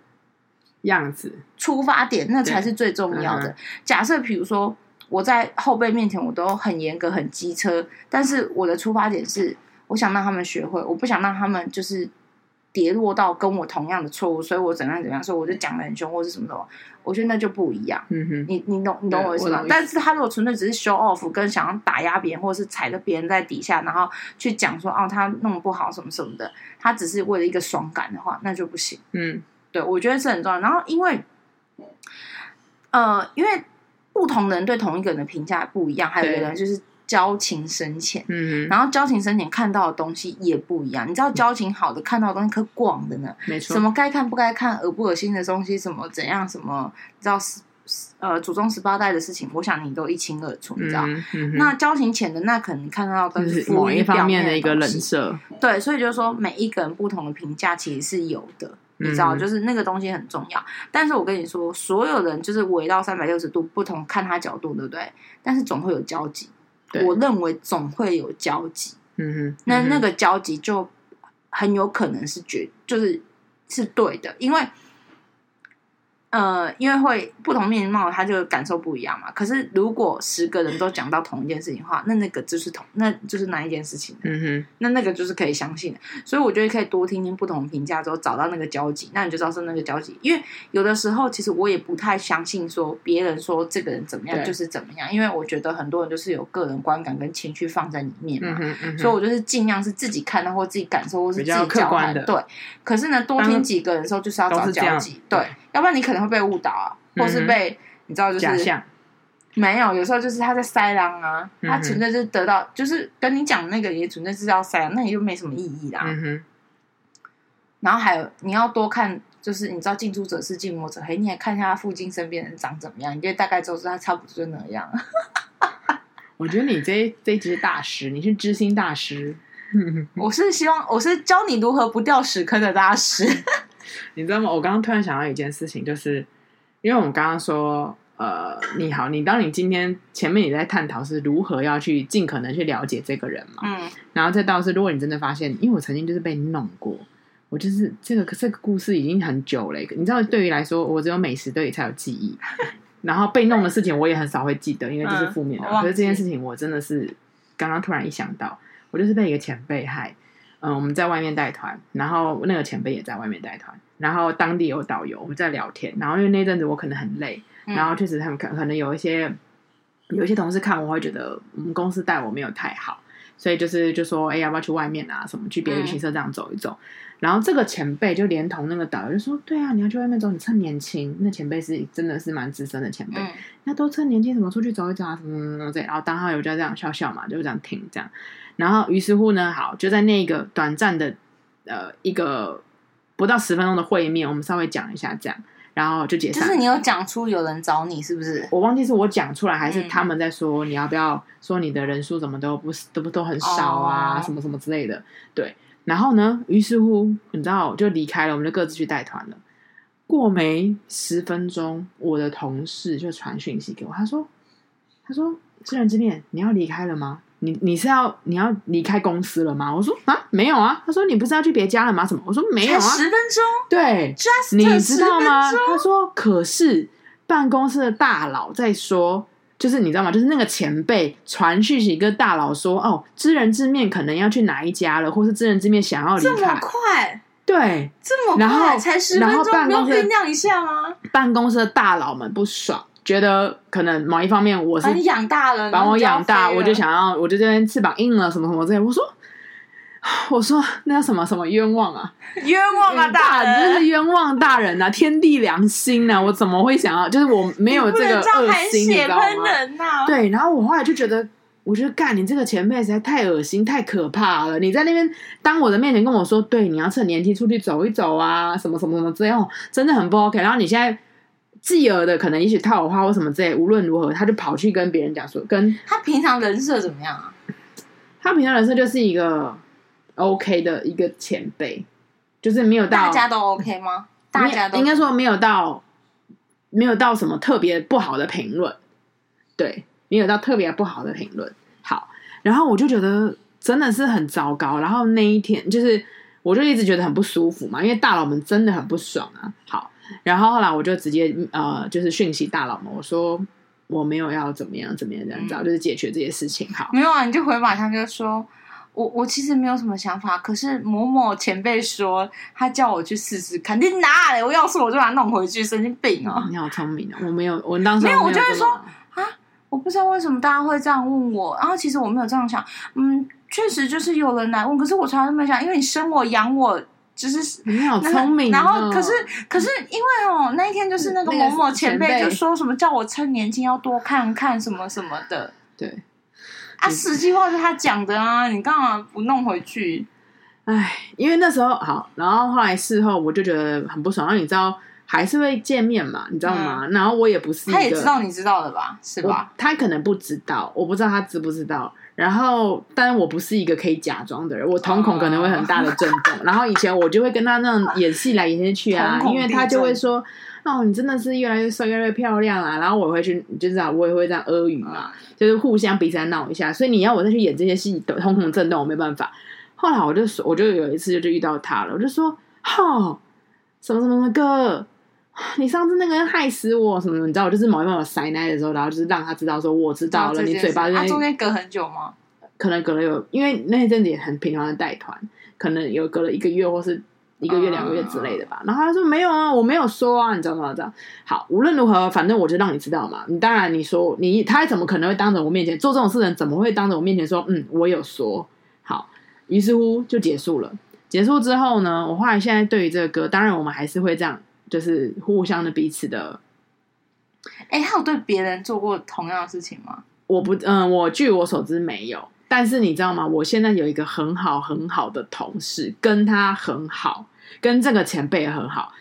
A: 样子，
B: 出发点，那才是最重要
A: 对
B: 的。
A: 嗯
B: 假设比如说我在后辈面前我都很严格、很机车，但是我的出发点是我想让他们学会，我不想让他们就是跌落到跟我同样的错误，所以我怎样怎样，所以我就讲的很凶或是什么的，我觉得那就不一样。
A: 嗯哼，
B: 你你懂你懂
A: 对
B: 我意思
A: 我
B: 吗
A: 懂？意思
B: 但是他如果纯粹只是 show off，跟想要打压别人，或者是踩着别人在底下，然后去讲说哦他弄不好什么什么的，他只是为了一个爽感的话，那就不行。
A: 嗯
B: 对，我觉得是很重要。然后因为，呃，因为不同人对同一个人的评价不一样，还有一
A: 对
B: 个人就是交情深浅，
A: 嗯哼，
B: 然后交情深浅看到的东西也不一样。你知道交情好的看到的东西可广的呢，
A: 没错
B: 什，么该看不该看、恶不恶心的东西，什么怎样，什么你知道是呃祖宗十八代的事情，我想你都一清二楚，你知道。
A: 嗯哼嗯哼
B: 那交情浅的，那可能看到的
A: 就
B: 都
A: 是
B: 浮
A: 某
B: 于
A: 一方
B: 表
A: 面
B: 面
A: 的一个
B: 东
A: 人
B: 西
A: 设，
B: 对，所以就是说，每一个人不同的评价其实是有的，你知道，
A: 嗯
B: 就是那个东西很重要。但是我跟你说，所有人就是围到三百六十度不同看他角度，对不对？但是总会有交集，
A: 对
B: 我认为总会有交集。
A: 嗯哼，
B: 那
A: 嗯哼
B: 那个交集就很有可能是绝，就是是对的，因为。呃，因为会不同面貌，他就感受不一样嘛。可是如果十个人都讲到同一件事情的话，那那个就是同，那就是哪一件事情？
A: 嗯哼，
B: 那那个就是可以相信的。所以我觉得可以多听听不同的评价之后，找到那个交集，那你就知道是那个交集。因为有的时候其实我也不太相信说别人说这个人怎么样
A: 对
B: 就是怎么样，因为我觉得很多人就是有个人观感跟情绪放在里面
A: 嗯
B: 嘛。
A: 哼，嗯哼
B: 所以，我就是尽量是自己看到或自己感受，或是自
A: 比
B: 己
A: 较客
B: 交
A: 观
B: 谈
A: 的
B: 对，可是呢，多
A: 当
B: 听几个人的时候，就是要
A: 都
B: 找
A: 是这
B: 交
A: 样
B: 集，对
A: 对，
B: 要不然你可能会被误导啊，或
A: 嗯
B: 是
A: 哼
B: 被、你知道就是
A: 假象，
B: 没有，有时候就是他在塞狼啊，
A: 嗯哼
B: 他纯粹就是得到，就是跟你讲那个也纯粹是要塞狼，那也就没什么意义啦。
A: 嗯哼，
B: 然后还有你要多看，就是你知道近朱者赤，近墨者黑，你也看一下他附近身边的人长怎么样，你就大概知道他差不多就那样。
A: 嗯我觉得你这这一集是大师，你是知心大师。
B: 我是希望我是教你如何不掉屎坑的大师。
A: 你知道吗？我刚刚突然想到一件事情，就是因为我们刚刚说，呃，你好，你当你今天前面你在探讨是如何要去尽可能去了解这个人嘛，
B: 嗯
A: 然后再到是如果你真的发现，因为我曾经就是被弄过，我就是这个这个故事已经很久了，你知道，对于来说，我只有美食对你才有记 忆，然后被弄的事情我也很少会记得，因为就是负面的。
B: 嗯我忘
A: 可
B: 记
A: 是这件事情我真的是刚刚突然一想到，我就是被一个前辈害。嗯，我们在外面带团，然后那个前辈也在外面带团，然后当地有导游，我们在聊天，然后因为那阵子我可能很累，
B: 嗯
A: 然后确实他们可可能有一些有一些同事看我会觉得我们公司带我没有太好，所以就是就说哎、要不要去外面啊什么去别的旅
B: 嗯
A: 行社这样走一走，然后这个前辈就连同那个导游就说对啊你要去外面走你趁年轻，那前辈是真的是蛮资深的前辈，
B: 嗯
A: 那多趁年轻什么出去走一走啊，什么什么什么之类的。然后当他有就这样笑笑嘛，就这样听这样。然后于是乎呢，好就在那个短暂的呃一个不到十分钟的会面，我们稍微讲一下这样，然后就解
B: 就
A: 散。
B: 是你有讲出有人找你，是不是？
A: 我忘记是我讲出来，还
B: 嗯
A: 是他们在说你要不要说你的人数怎么都不都不都很少啊，
B: 哦
A: 什么什么之类的。对，然后呢，于是乎你知道就离开了，我们就各自去带团了。过没十分钟，我的同事就传讯息给我，他说：“他说私人之恋，你要离开了吗？你你是要你要离开公司了吗？”我说：“啊，没有啊。”他说：“你不是要去别家了吗？”什么？我说：“没有
B: 才
A: 啊。
B: 十分钟”
A: 对，
B: ，just
A: 你知道吗？
B: 10分钟
A: 他说，可是办公室的大佬在说，就是你知道吗？就是那个前辈传讯息跟大佬说，哦，知人知面可能要去哪一家了，或是知人知面想要离
B: 这么
A: 开，
B: 快，
A: 对
B: 这么
A: 然后
B: 快，才十分
A: 然后
B: 钟，
A: 办
B: 不
A: 公
B: 用
A: 室
B: 酝酿一下吗？
A: 办公室的大佬们不爽，觉得可能某一方面我是
B: 把你养大了，然
A: 把
B: 后
A: 我
B: 你就要
A: 养大，
B: 飞了
A: 我就，想要，我就这边翅膀硬了什么什么之类。我说， 我说那叫什么什么冤枉啊，
B: 冤枉啊，大
A: 人真
B: 人，
A: 是冤枉大人 呐、天地良心啊呐、我怎么会想要？就是我 没有
B: 你不
A: 这个
B: 能这样
A: 恶
B: 含
A: 心，你
B: 血
A: 知道
B: 喷
A: 吗？
B: 人啊呐，
A: 对，然后我后来就觉得，我觉得干你这个前辈实在太恶心、太可怕了。你在那边当我的面前跟我说，对，你要趁年轻出去走一走啊，什么什么什么之类，哦，真的很不 OK。然后你现在继而的可能也许套我话或什么之类，无论如何，他就跑去跟别人讲说，跟
B: 他平常人设怎么样啊？
A: 他平常人生就是一个 OK 的一个前辈，就是没有到
B: 大家都 OK 吗？大家都
A: 应该说没有到没有到什么特别不好的评论，对，没有到特别不好的评论。好，然后我就觉得真的是很糟糕。然后那一天就是，我就一直觉得很不舒服嘛，因为大佬们真的很不爽啊。好，然后后来我就直接呃，就是讯息大佬们，我说我没有要怎么样怎么样怎
B: 嗯
A: 样，就是解决这些事情。好，
B: 没有啊，你就回马上就说。我我其实没有什么想法，可是某某前辈说他叫我去试试看，你哪来？我要是我就把它弄回去，神经病啊！
A: 你好聪明啊！我没有，我当时
B: 没有我就
A: 这
B: 会
A: 么
B: 说我不知道为什么大家会这样问我，然后其实我没有这样想，嗯，确实就是有人来问，可是我从来都没有想，因为你生我养我，就是
A: 你好聪明哦、
B: 然后可是可是因为哦，那一天就是那个
A: 那个
B: 某某
A: 前
B: 前
A: 辈
B: 辈就说什么叫我趁年轻要多看看什么什么的
A: 对，
B: 啊，实际话是他讲的啊，你干嘛不弄回去？
A: 唉，因为那时候好，然后后来事后我就觉得很不爽，然后你知道还是会见面嘛，你知道吗？然后我也不是一个
B: 嗯他也知道你知道的吧，是
A: 我
B: 吧？
A: 他可能不知道，我不知道他知不知道。然后，但我不是一个可以假装的人，我瞳孔可能会很大的震 动。然后以前我就会跟他那种演戏来演戏去啊，
B: 瞳孔
A: 因为他就会说：“哦，你真的是越来越瘦，越来越漂亮啊。”然后我会去，就是啊，我也会这样阿
B: 嗯
A: 语
B: 啊
A: 嘛，就是互相彼此在闹一下。所以你要我再去演这些戏，瞳孔震动，我没办法。后来我就说，我就有一次就就遇到他了，我就说：“哈、什么什么什么哥，你上次那个人害死我什么的，你知道，我就是某一某塞奶的时候，然后就是让他知道说我知道了，
B: 这
A: 你
B: 件
A: 嘴
B: 事
A: 巴在
B: 啊，
A: 那
B: 中
A: 边
B: 间隔很久吗？
A: 可能隔了有，因为那一阵子也很频繁的带团，可能有隔了一个月或是一个月、
B: 嗯
A: 两个月之类的吧。然后他说没有啊，我没有说啊，你知道吗？这样好，无论如何，反正我就让你知道嘛。你当然你说你他怎么可能会当着我面前做这种事？人怎么会当着我面前说嗯我有说好？于是乎就结束了。结束之后呢，我后来现在对于这个歌，当然我们还是会这样，就是互相的彼此的
B: 哎，他有对别人做过同样的事情吗？
A: 我不，嗯，我据我所知没有。但是你知道吗？我现在有一个很好很好的同事，跟他很好，跟这个前辈也很好。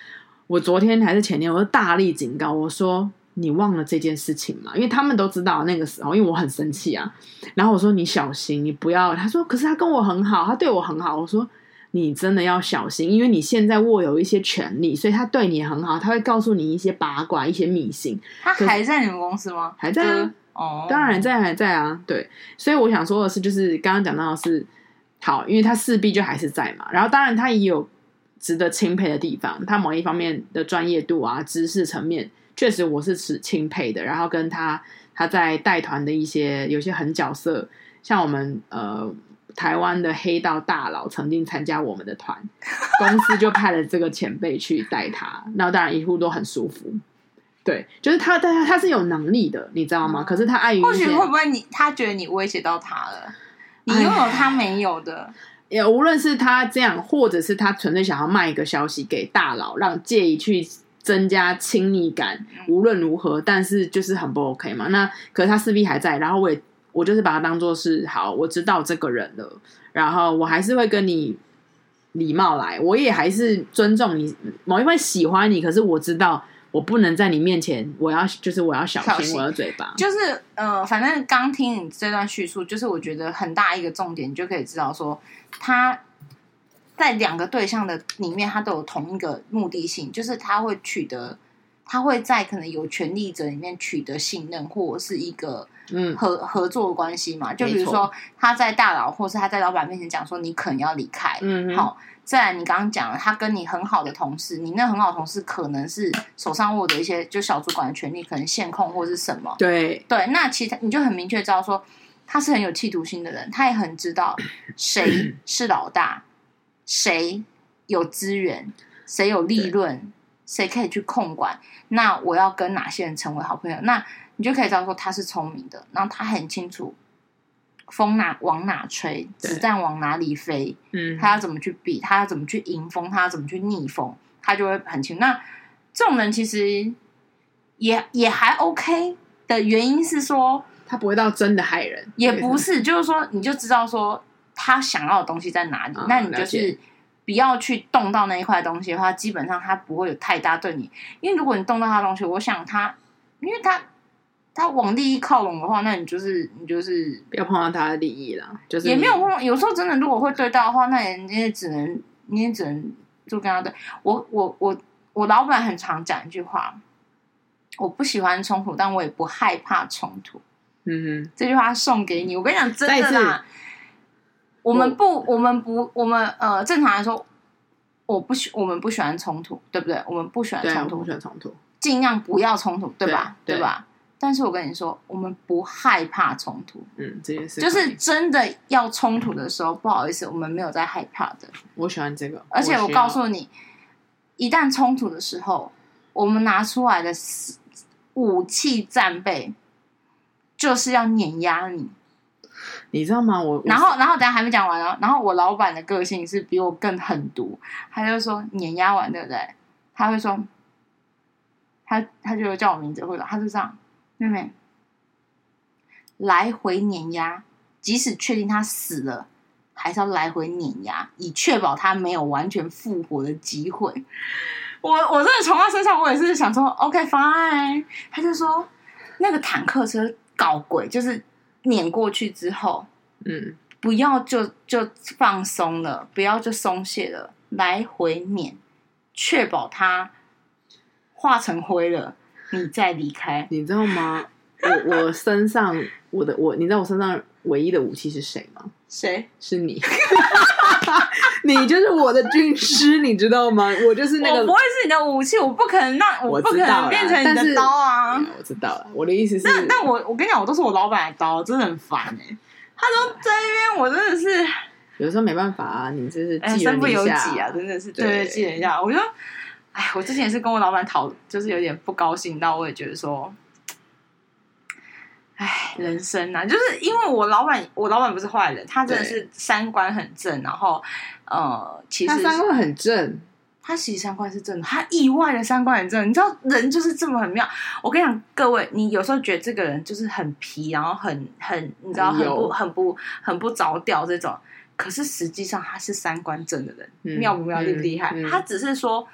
A: 我昨天还是前天，我就大力警告我说：“你忘了这件事情嘛？”因为他们都知道那个时候，因为我很生气啊。然后我说：“你小心，你不要。”他说：“可是他跟我很好，他对我很好。”我说：“你真的要小心，因为你现在握有一些权利，所以他对你很好，他会告诉你一些八卦、一些秘辛。
B: 他
A: 可
B: 还在你们公司吗？
A: 还在啊
B: 哥哦，
A: 当然在还在啊，对，所以我想说的是，就是刚刚讲到的是好，因为他势必就还是在嘛，然后当然他也有值得钦佩的地方，他某一方面的专业度啊、知识层面，确实我是持钦佩的，然后跟他他在带团的一些有些狠角色，像我们呃台湾的黑道大佬曾经参加我们的团，公司就派了这个前辈去带他，那当然一路都很舒服。对，就是他，但他他是有能力的，你知道吗？
B: 嗯
A: 可是他碍于一
B: 或许
A: 些
B: 会不会你他觉得你威胁到他了？你
A: 哎
B: 拥有他没有的，
A: 也无论是他这样，或者是他纯粹想要卖一个消息给大佬，让介意去增加亲密感，
B: 嗯
A: 无论如何，但是就是很不 OK 嘛。那可是他势必还在，然后我也我就是把他当做是好，我知道这个人了，然后我还是会跟你礼貌来，我也还是尊重你，某一方面喜欢你，可是我知道我不能在你面前，我要就是我要小
B: 小
A: 心
B: 心
A: 我的嘴巴，
B: 就是呃，反正刚听你这段叙述，就是我觉得很大一个重点，你就可以知道说他在两个对象的里面，他都有同一个目的性，就是他会取得他会在可能有权力者里面取得信任，或者是一个
A: 嗯，
B: 合合作关系嘛。就比
A: 没
B: 如
A: 错
B: 说他在大佬，或是他在老板面前讲说你可能要离开，
A: 嗯哼，
B: 好，再来你刚刚讲了，他跟你很好的同事，你那很好的同事可能是手上握的一些就小主管的权利，可能限控或是什么。
A: 对，
B: 对，那其他你就很明确知道说他是很有企图心的人，他也很知道 谁是老大，谁有资源，谁有利
A: 对
B: 润，谁可以去控管。那我要跟哪些人成为好朋友？那你就可以知道说他是聪明的，然后他很清楚风哪往哪吹，
A: 对
B: 子弹往哪里飞。
A: 嗯，
B: 他要怎么去比，他要怎么去迎风，他要怎么去逆风，他就会很清楚。那这种人其实也也还 OK 的原因是说，
A: 他不会到真的害人，
B: 也不
A: 是
B: 是，就是说你就知道说他想要的东西在哪里，
A: 嗯
B: 那你
A: 了
B: 就
A: 解
B: 是。不要去动到那一块东西的话，基本上他不会有太大对你，因为如果你动到他的东西，我想他，因为他他往利益靠拢的话，那你就是你就是
A: 不要碰到他的利益啦，就是
B: 也
A: 你
B: 没有碰，有时候真的如果会对到的话，那也你也只能你也只能就跟他对。我我我我老板很常讲一句话，我不喜欢冲突，但我也不害怕冲突。
A: 嗯哼，
B: 这句话送给你，我跟你讲真
A: 再一
B: 的
A: 次
B: 啦。我们
A: 我
B: 不，我们不，我们呃，正常来说，我不喜，我们不喜欢冲突，对不对？我们不喜欢
A: 对啊，
B: 冲
A: 我不
B: 突
A: 喜，欢冲突，
B: 尽量不要冲突，对吧？
A: 对
B: 对
A: 对
B: 吧？但是我跟你说，我们不害怕冲突，
A: 嗯，这件事
B: 就是
A: 可以
B: 真的要冲突的时候，不好意思，我们没有在害怕的。
A: 我喜欢这个，
B: 而且我
A: 需要
B: 告诉你，一旦冲突的时候，我们拿出来的武器战备就是要碾压你。
A: 你知道吗？我
B: 然后，然后等一下还没讲完哦。然后我老板的个性是比我更狠毒，他就说碾压完对不对？他会说，他他就叫我名字，或者他就这样，妹妹，来回碾压，即使确定他死了，还是要来回碾压，以确保他没有完全复活的机会。我我真的从他身上，我也是想说，OK fine。他就说那个坦克车搞鬼，就是碾过去之后，
A: 嗯，
B: 不要就就放松了，不要就松懈了，来回碾，确保它化成灰了，你再离开。
A: 你知道吗？我我身上我的我，你知道我身上唯一的武器是谁吗？
B: 谁？
A: 是你， 你就是我的军师，你知道吗？我就是那
B: 我
A: 个
B: 不会是你的武器，我不可能让，
A: 我
B: 不
A: 知
B: 可
A: 道
B: 能
A: 啦
B: 变成你
A: 但是
B: 的刀啊！
A: 嗯我知道了，我的意思是，
B: 那但我我跟你讲，我都是我老板的刀，真的很烦哎、他都在那边，我真的是
A: 有时候没办法啊，你这是
B: 哎呀
A: 寄人
B: 身不
A: 篱
B: 由
A: 下
B: 己啊，真的是
A: 对
B: 对对，寄人篱下。我就，哎，我之前也是跟我老板讨，就是有点不高兴到，我也觉得说，哎，人生啊，就是因为我老板，我老板不是坏人，他真的
A: 对
B: 是三观很正，然后呃，其实
A: 他三观很正，
B: 他其实三观是正的，他意外的三观很正。你知道人就是这么很妙。我跟你讲，各位，你有时候觉得这个人就是很皮，然后很很，你知道
A: 很
B: 很
A: 油
B: 不很不很不着调这种，可是实际上他是三观正的人，
A: 嗯
B: 妙不妙？厉不厉害？
A: 嗯嗯
B: 他只是说，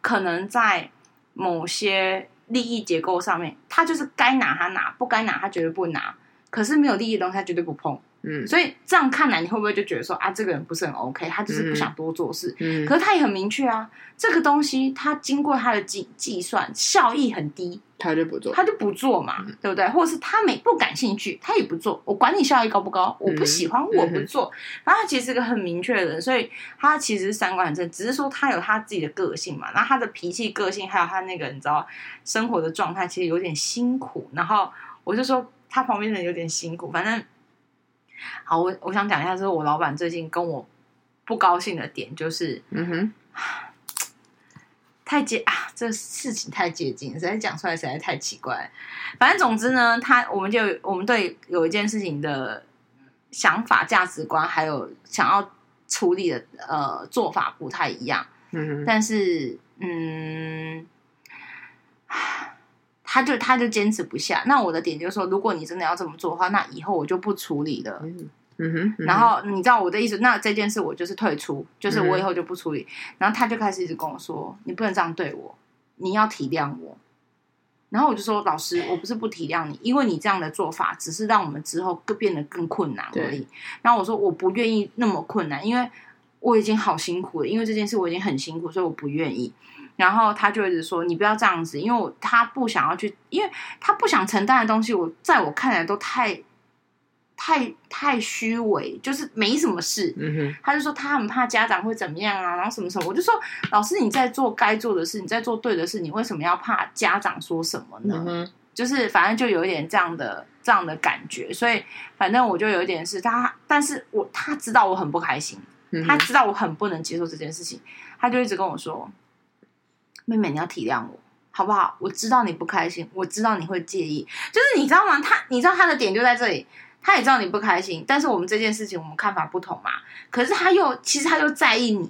B: 可能在某些利益结构上面，他就是该拿他拿，不该拿他绝对不拿。可是没有利益的东西，他绝对不碰。
A: 嗯
B: 所以这样看来，你会不会就觉得说啊，这个人不是很 OK，他就是不想多做事？
A: 嗯，
B: 可是他也很明确啊，这个东西他经过他的计计算，效益很低，
A: 他就不做，
B: 他就不做嘛，对不对？或者是他没不感兴趣，他也不做。我管你效益高不高，我不喜欢，我不做。然后他其实是个很明确的人，所以他其实三观很正，只是说他有他自己的个性嘛。然后他的脾气、个性，还有他那个你知道生活的状态，其实有点辛苦。然后我就说他旁边的人有点辛苦，反正好，我我想讲一下，就是我老板最近跟我不高兴的点就是。
A: 嗯哼，
B: 太接啊，这事情太接近，实在讲出来实在太奇怪了。反正总之呢，他我们就有我们对有一件事情的想法、价值观，还有想要处理的呃做法不太一样，
A: 嗯哼，
B: 但是嗯。他就他就坚持不下，那我的点就是说，如果你真的要这么做的话，那以后我就不处理了。
A: 嗯哼，嗯
B: 然
A: 哼嗯
B: 后你知道我的意思，那这件事我就是退出，就是我以后就不处理。然后他就开始一直跟我说：“你不能这样对我，你要体谅我。”然后我就说：“老师，我不是不体谅你，因为你这样的做法只是让我们之后更变得更困难而已。”然后我说：“我不愿意那么困难，因为我已经好辛苦了，因为这件事我已经很辛苦，所以我不愿意。”然后他就一直说你不要这样子，因为我他不想要去，因为他不想承担的东西，我在我看来都太太太虚伪，就是没什么事。
A: 嗯
B: 他就说他很怕家长会怎么样啊，然后什么什么，我就说老师你在做该做的事，你在做对的事，你为什么要怕家长说什么
A: 哼，
B: 呢？
A: 嗯哼，
B: 就是反正就有一点这样的这样的感觉，所以反正我就有一点是他，但是我他知道我很不开心，
A: 嗯
B: 他
A: 哼，
B: 知道我很不能接受这件事情，他就一直跟我说：“妹妹，你要体谅我，好不好？我知道你不开心，我知道你会介意，就是你知道吗？他，你知道他的点就在这里，他也知道你不开心，但是我们这件事情我们看法不同嘛。可是他又其实他又在意你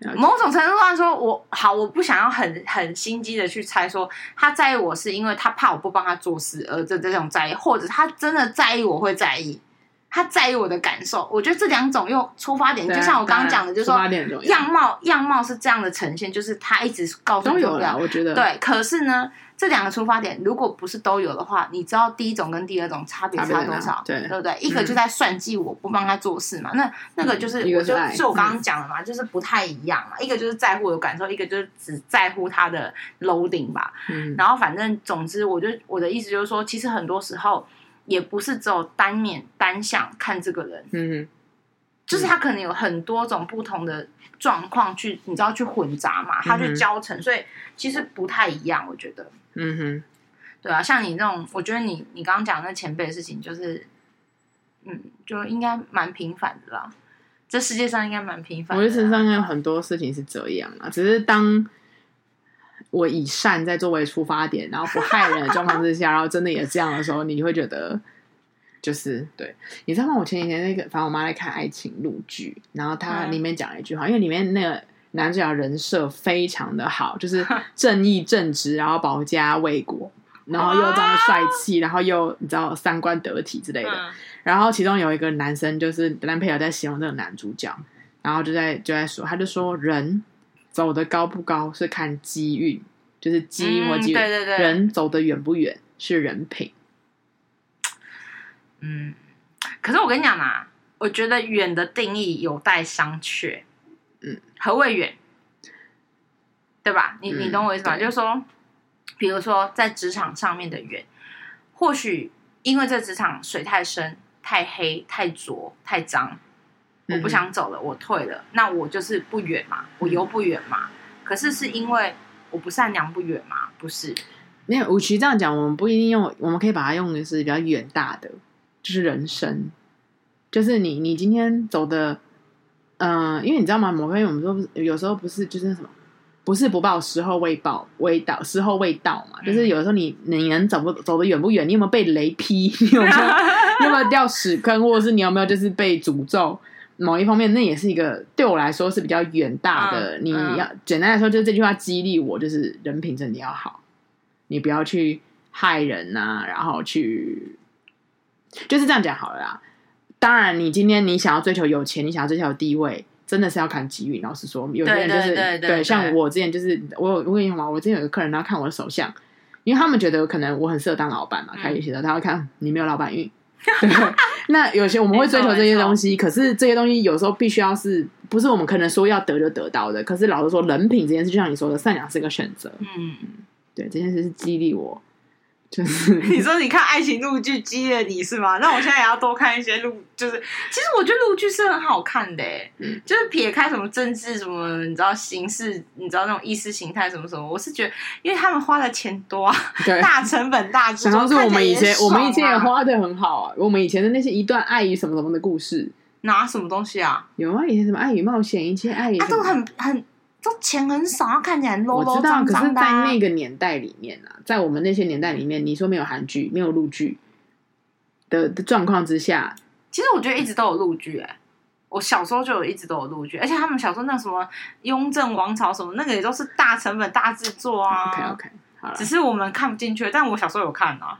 A: 了。解
B: 某种程度上说，我好，我不想要很很心机的去猜说他在意我是因为他怕我不帮他做事而这这种在意，或者他真的在意我会在意，他在意我的感受。我觉得这两种又出发点，
A: 对啊
B: 就像我刚刚讲的，就是说
A: 出发点很重要
B: 样貌样貌是这样的呈现，就是他一直告诉
A: 都
B: 你
A: 有
B: 不
A: 啦，
B: 要。
A: 我觉得，
B: 对，可是呢，这两个出发点如果不是都有的话，你知道第一种跟第二种差别
A: 差别
B: 差
A: 在
B: 多
A: 哪
B: 少？
A: 对
B: 对不对？一个就在算计我不帮他做事嘛，那那个就是
A: 嗯一
B: 我
A: 个是
B: 就
A: 爱
B: 就我刚刚讲的嘛，就是不太一样嘛。一个就是在乎我的感受，一个就是只在乎他的 loading 吧。
A: 嗯，
B: 然后反正总之，我就我的意思就是说，其实很多时候也不是只有单面单向看这个人，
A: 嗯
B: 就是他可能有很多种不同的状况去，你知道去混杂嘛，他
A: 嗯
B: 去
A: 哼
B: 教程，所以其实不太一样，我觉得。
A: 哼，嗯哼，
B: 对啊，像你这种，我觉得你你刚刚讲的那前辈的事情，就是，嗯，就应该蛮平凡的啦。这世界上应该蛮平凡
A: 我
B: 的啦。
A: 觉得身上应该有很多事情是这样啊，只是当我以善在作为出发点，然后不害人的状况之下，然后真的也这样的时候，你会觉得就是对，你知道吗？我前几天那个，反正我妈在看爱情录剧，然后她
B: 嗯
A: 里面讲了一句话，因为里面那个。男主角人设非常的好，就是正义正直，然后保家卫国，然 后又这样帅气，然后又你知道三观得体之类的。
B: 嗯
A: 然后其中有一个男生，就是男朋友在形容这个男主角，然后就在就在说，他就说人走得高不高是看机遇，就是机遇或
B: 嗯
A: 机遇，
B: 对对对
A: 人走得远不远是人品，
B: 嗯，可是我跟你讲嘛，我觉得远的定义有待商榷。
A: 嗯，
B: 何谓远？对吧？你你
A: 嗯
B: 懂我意思吧？
A: 对
B: 就是说，比如说在职场上面的远，或许因为这职场水太深、太黑、太浊、太脏，我不
A: 嗯
B: 想走了，我退了，那我就是不远嘛，我游不远嘛。可是是因为我不善良不远嘛？不是，
A: 没有，与其这样讲，我们不一定用，我们可以把它用的是比较远大的，就是人生，就是你你今天走的，嗯、因为你知道吗？某方面我们说不是，有时候不是就是那什么，不是不报，时候未报，未到，时候未到嘛，
B: 嗯
A: 就是有时候你你能走不走得远不远？你有没有被雷劈？ 你有没有 你有没有掉屎坑，或者是你有没有就是被诅咒？某一方面，那也是一个对我来说是比较远大的。
B: 嗯
A: 你
B: 嗯
A: 要、简单来说，就是这句话激励我，就是人品真的要好。你不要去害人呐、然后去就是这样讲好了啦。当然，你今天你想要追求有钱，你想要追求地位，真的是要看机遇。老实说，有些人就是
B: 对对对对
A: 像我之前就是我有我跟你讲嘛，我之前有个客人，他看我的手相，因为他们觉得可能我很适合当老板嘛，
B: 嗯
A: 开业协的，他会看你没有老板运。对那有些我们会追求这些东西，可是这些东西有时候必须要是不是我们可能说要得就得到的？可是老实说，人品这件事，就像你说的，善良是个选择。
B: 嗯。
A: 对，这件事是激励我， 就是
B: 你说你看爱情录剧激了你是吗？那我现在也要多看一些录，就是其实我觉得录剧是很好看的、欸，
A: 嗯
B: 就是撇开什么政治什么，你知道形式，你知道那种意识形态什么什么，我是觉得，因为他们花的钱多啊，
A: 对。
B: 大成本大制
A: 想
B: 作，
A: 到是我们以前，
B: 看起来也
A: 我
B: 爽啊
A: 们以前也花的很好啊。我们以前的那些一段爱与什么什么的故事，
B: 拿什么东西啊？
A: 有啊，以前什么爱与冒险，一切爱与
B: 他、
A: 什
B: 啊都
A: 么，
B: 很很都钱很少，啊，看起来很
A: 我
B: low
A: 知
B: low
A: 道。
B: 脏
A: 可是，
B: 脏的、
A: 在
B: 啊。
A: 那个年代里面啊，在我们那些年代里面，你说没有韩剧，没有陆剧的的状况之下，
B: 其实我觉得一直都有陆剧哎，我小时候就有一直都有陆剧，而且他们小时候那什么雍正王朝什么那个也都是大成本大制作啊。
A: OK OK，好了
B: 只，是我们看不进去，但我小时候有看啊。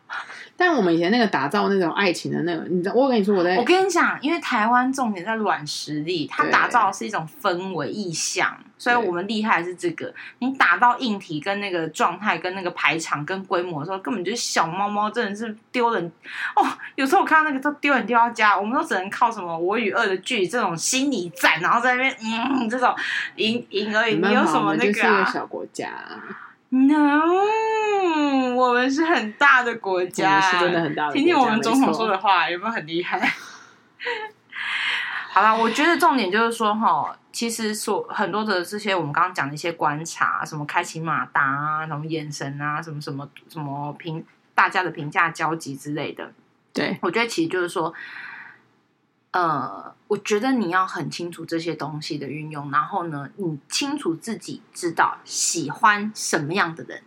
A: 但我们以前那个打造那种爱情的那个，你知道，我跟你说我在
B: 我跟你讲，因为台湾重点在软实力，它
A: 对
B: 打造的是一种氛围意象，所以
A: 对
B: 我们厉害的是这个。你打到硬体跟那个状态、跟那个排场、跟规模的时候，根本就是小猫猫，真的是丢人哦。有时候我看到那个都丢人丢到家，我们都只能靠什么《我与恶的距离》这种心理战，然后在那边嗯这种赢赢而已。
A: 没
B: 你有
A: 办法
B: 什
A: 我
B: 么
A: 们
B: 那
A: 就是
B: 个
A: 一个
B: 啊
A: 小国家，
B: ？No，我们是很大的国
A: 我
B: 家，
A: 们是真的很大的国家。
B: 听听我们总统
A: 没错
B: 说的话，有没有很厉害？ 好啦，我觉得重点就是说哈，其实所很多的这些我们刚刚讲的一些观察，什么开启马达啊，什么眼神啊，什么什么什么评大家的评价交集之类的，
A: 对，
B: 我觉得其实就是说，呃，我觉得你要很清楚这些东西的运用，然后呢，你清楚自己知道喜欢什么样的人，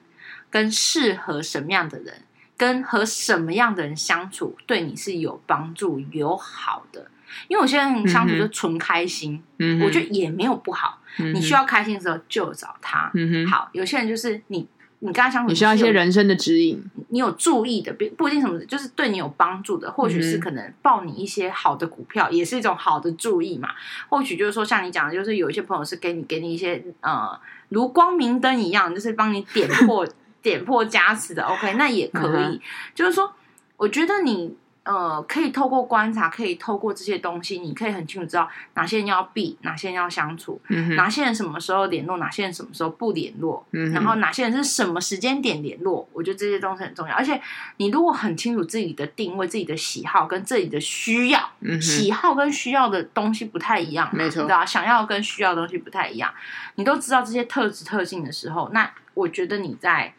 B: 跟适合什么样的人，跟和什么样的人相处，对你是有帮助、有好的。因为有些人相处就纯开心，
A: 嗯嗯哼，
B: 我觉得也没有不好。你
A: 你
B: 需，要开心的时候就找他。
A: 嗯哼，
B: 好，有些人就是你，你跟他相处
A: 你需要一
B: 是有
A: 些人生的指引，
B: 你有注意的，不不一定什么，就是对你有帮助的，或许是
A: 嗯哼
B: 可能报你一些好的股票，也是一种好的注意嘛。或许就是说，像你讲的，就是有一些朋友是给你给你一些呃，如光明灯一样，就是帮你点 破点破加持的。OK，那也可以。
A: 嗯
B: 就是说，我觉得你呃，可以透过观察，可以透过这些东西，你可以很清楚知道哪些人要避，哪些人要相处，
A: 嗯哼，
B: 哪些人什么时候联络，哪些人什么时候不联络。
A: 嗯哼
B: 然后哪些人是什么时间点联络，我觉得这些东西很重要。而且你如果很清楚自己的定位、自己的喜好跟自己的需要，
A: 嗯哼，
B: 喜好跟需要的东西不太一样嘛，
A: 没错
B: 你知道吧想要跟需要的东西不太一样，你都知道这些特质特性的时候，那我觉得你在，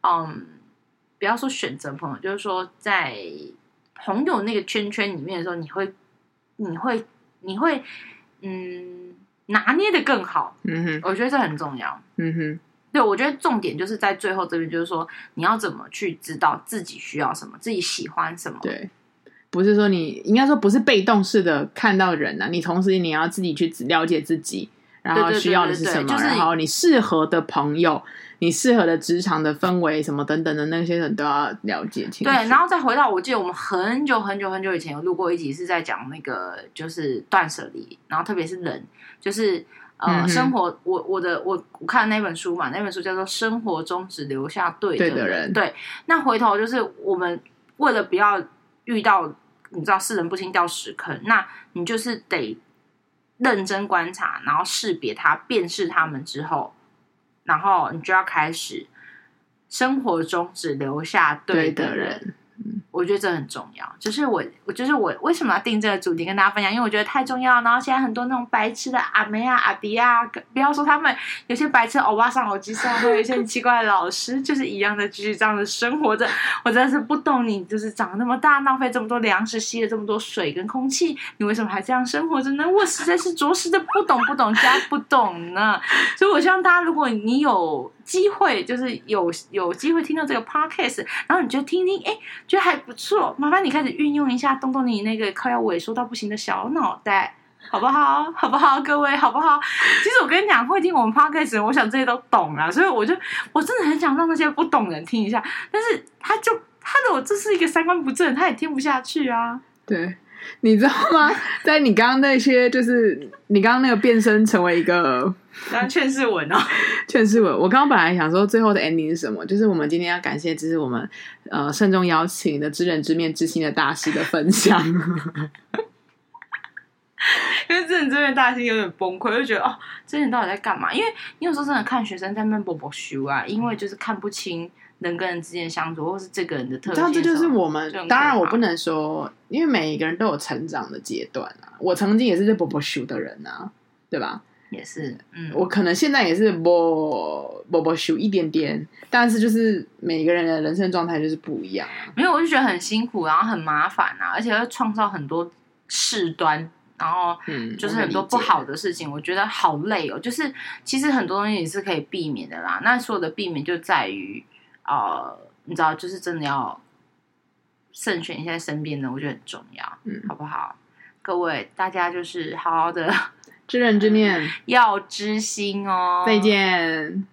B: 嗯，不要说选择朋友，就是说在朋友那个圈圈里面的时候，你会，你会，你会，嗯，拿捏的更好，
A: 嗯哼，
B: 我觉得这很重要。
A: 嗯哼，
B: 对，我觉得重点就是在最后这边，就是说你要怎么去知道自己需要什么，自己喜欢什么。
A: 对。不是说你应该说不是被动式的看到人啊，你同时你要自己去只了解自己，然后
B: 对对对
A: 需要的是
B: 对对
A: 什么，
B: 就是
A: 然后你适合的朋友，你适合的职场的氛围什么等等的那些人都要了解清楚。
B: 对，然后再回到，我记得我们很久很久很久以前有录过一集，是在讲那个就是断舍离，然后特别是人，就是呃、
A: 嗯哼
B: 生活，我我的我我看那本书嘛，那本书叫做《生活中只留下对
A: 对
B: 的
A: 的人
B: 对，那回头就是我们为了不要遇到你知道世人不清掉屎坑，那你就是得认真观察，然后识别它，辨识它们之后，然后你就要开始生活中只留下
A: 对
B: 的
A: 的人，
B: 我觉得这很重要。就是我，我就是我，为什么要定这个主题跟大家分享？因为我觉得太重要。然后现在很多那种白痴的阿梅啊、阿迪啊，不要说他们有些白痴欧巴桑、欧吉桑，还有一些很奇怪的老师，就是一样的继续这样的生活着。我真的是不懂你，就是长那么大，浪费这么多粮食，吸了这么多水跟空气，你为什么还这样生活着呢？我实在是着实的不懂，不懂加不懂呢。所以我希望大家，如果你有机会，就是有有机会听到这个 podcast，然后你就听听，哎，觉得还不错，麻烦你开始运用一下，动动你那个快要萎缩到不行的小脑袋。好不好？ 好不好？各位，好不好？其实我跟你讲，会听我们 podcast，的人我想这些都懂啦，所以我就我真的很想让那些不懂的人听一下，但是他就他如果这是一个三观不正，他也听不下去啊。
A: 对， 你知道吗？在你刚刚那些，就是你刚刚那个变身成为一个
B: 然后劝世文 哦，
A: 劝世文，我刚刚本来想说最后的 ending 是什么，就是我们今天要感谢，就是我们呃慎重邀请的知人知面知心的大师的分享。
B: 因为之前这边大兴有点崩溃，就觉得哦，这些人到底在干嘛？因为你有时候真的看学生在那边波波修啊，因为就是看不清人跟人之间相处，或是这个人的特
A: 你知
B: 性什
A: 道，
B: 么。
A: 这就是我们
B: 就很可。怕
A: 当然，我不能说，因为每一个人都有成长的阶段啊。我曾经也是这波波修的人啊，对吧？
B: 也是，嗯，
A: 我可能现在也是波波波修一点点，但是就是每个人的人生状态就是不一样啊。
B: 没有，我就觉得很辛苦，然后很麻烦啊，而且会创造很多事端，然后
A: 嗯，
B: 就是
A: 我能
B: 很多
A: 理解
B: 不好的事情，我觉得好累哦。就是其实很多东西也是可以避免的啦。那所有的避免就在于，呃，你知道，就是真的要慎选一下身边的，我觉得很重要，
A: 嗯
B: 好不好？各位，大家 就是好好的
A: 知人知面，
B: 要知心哦。
A: 再见。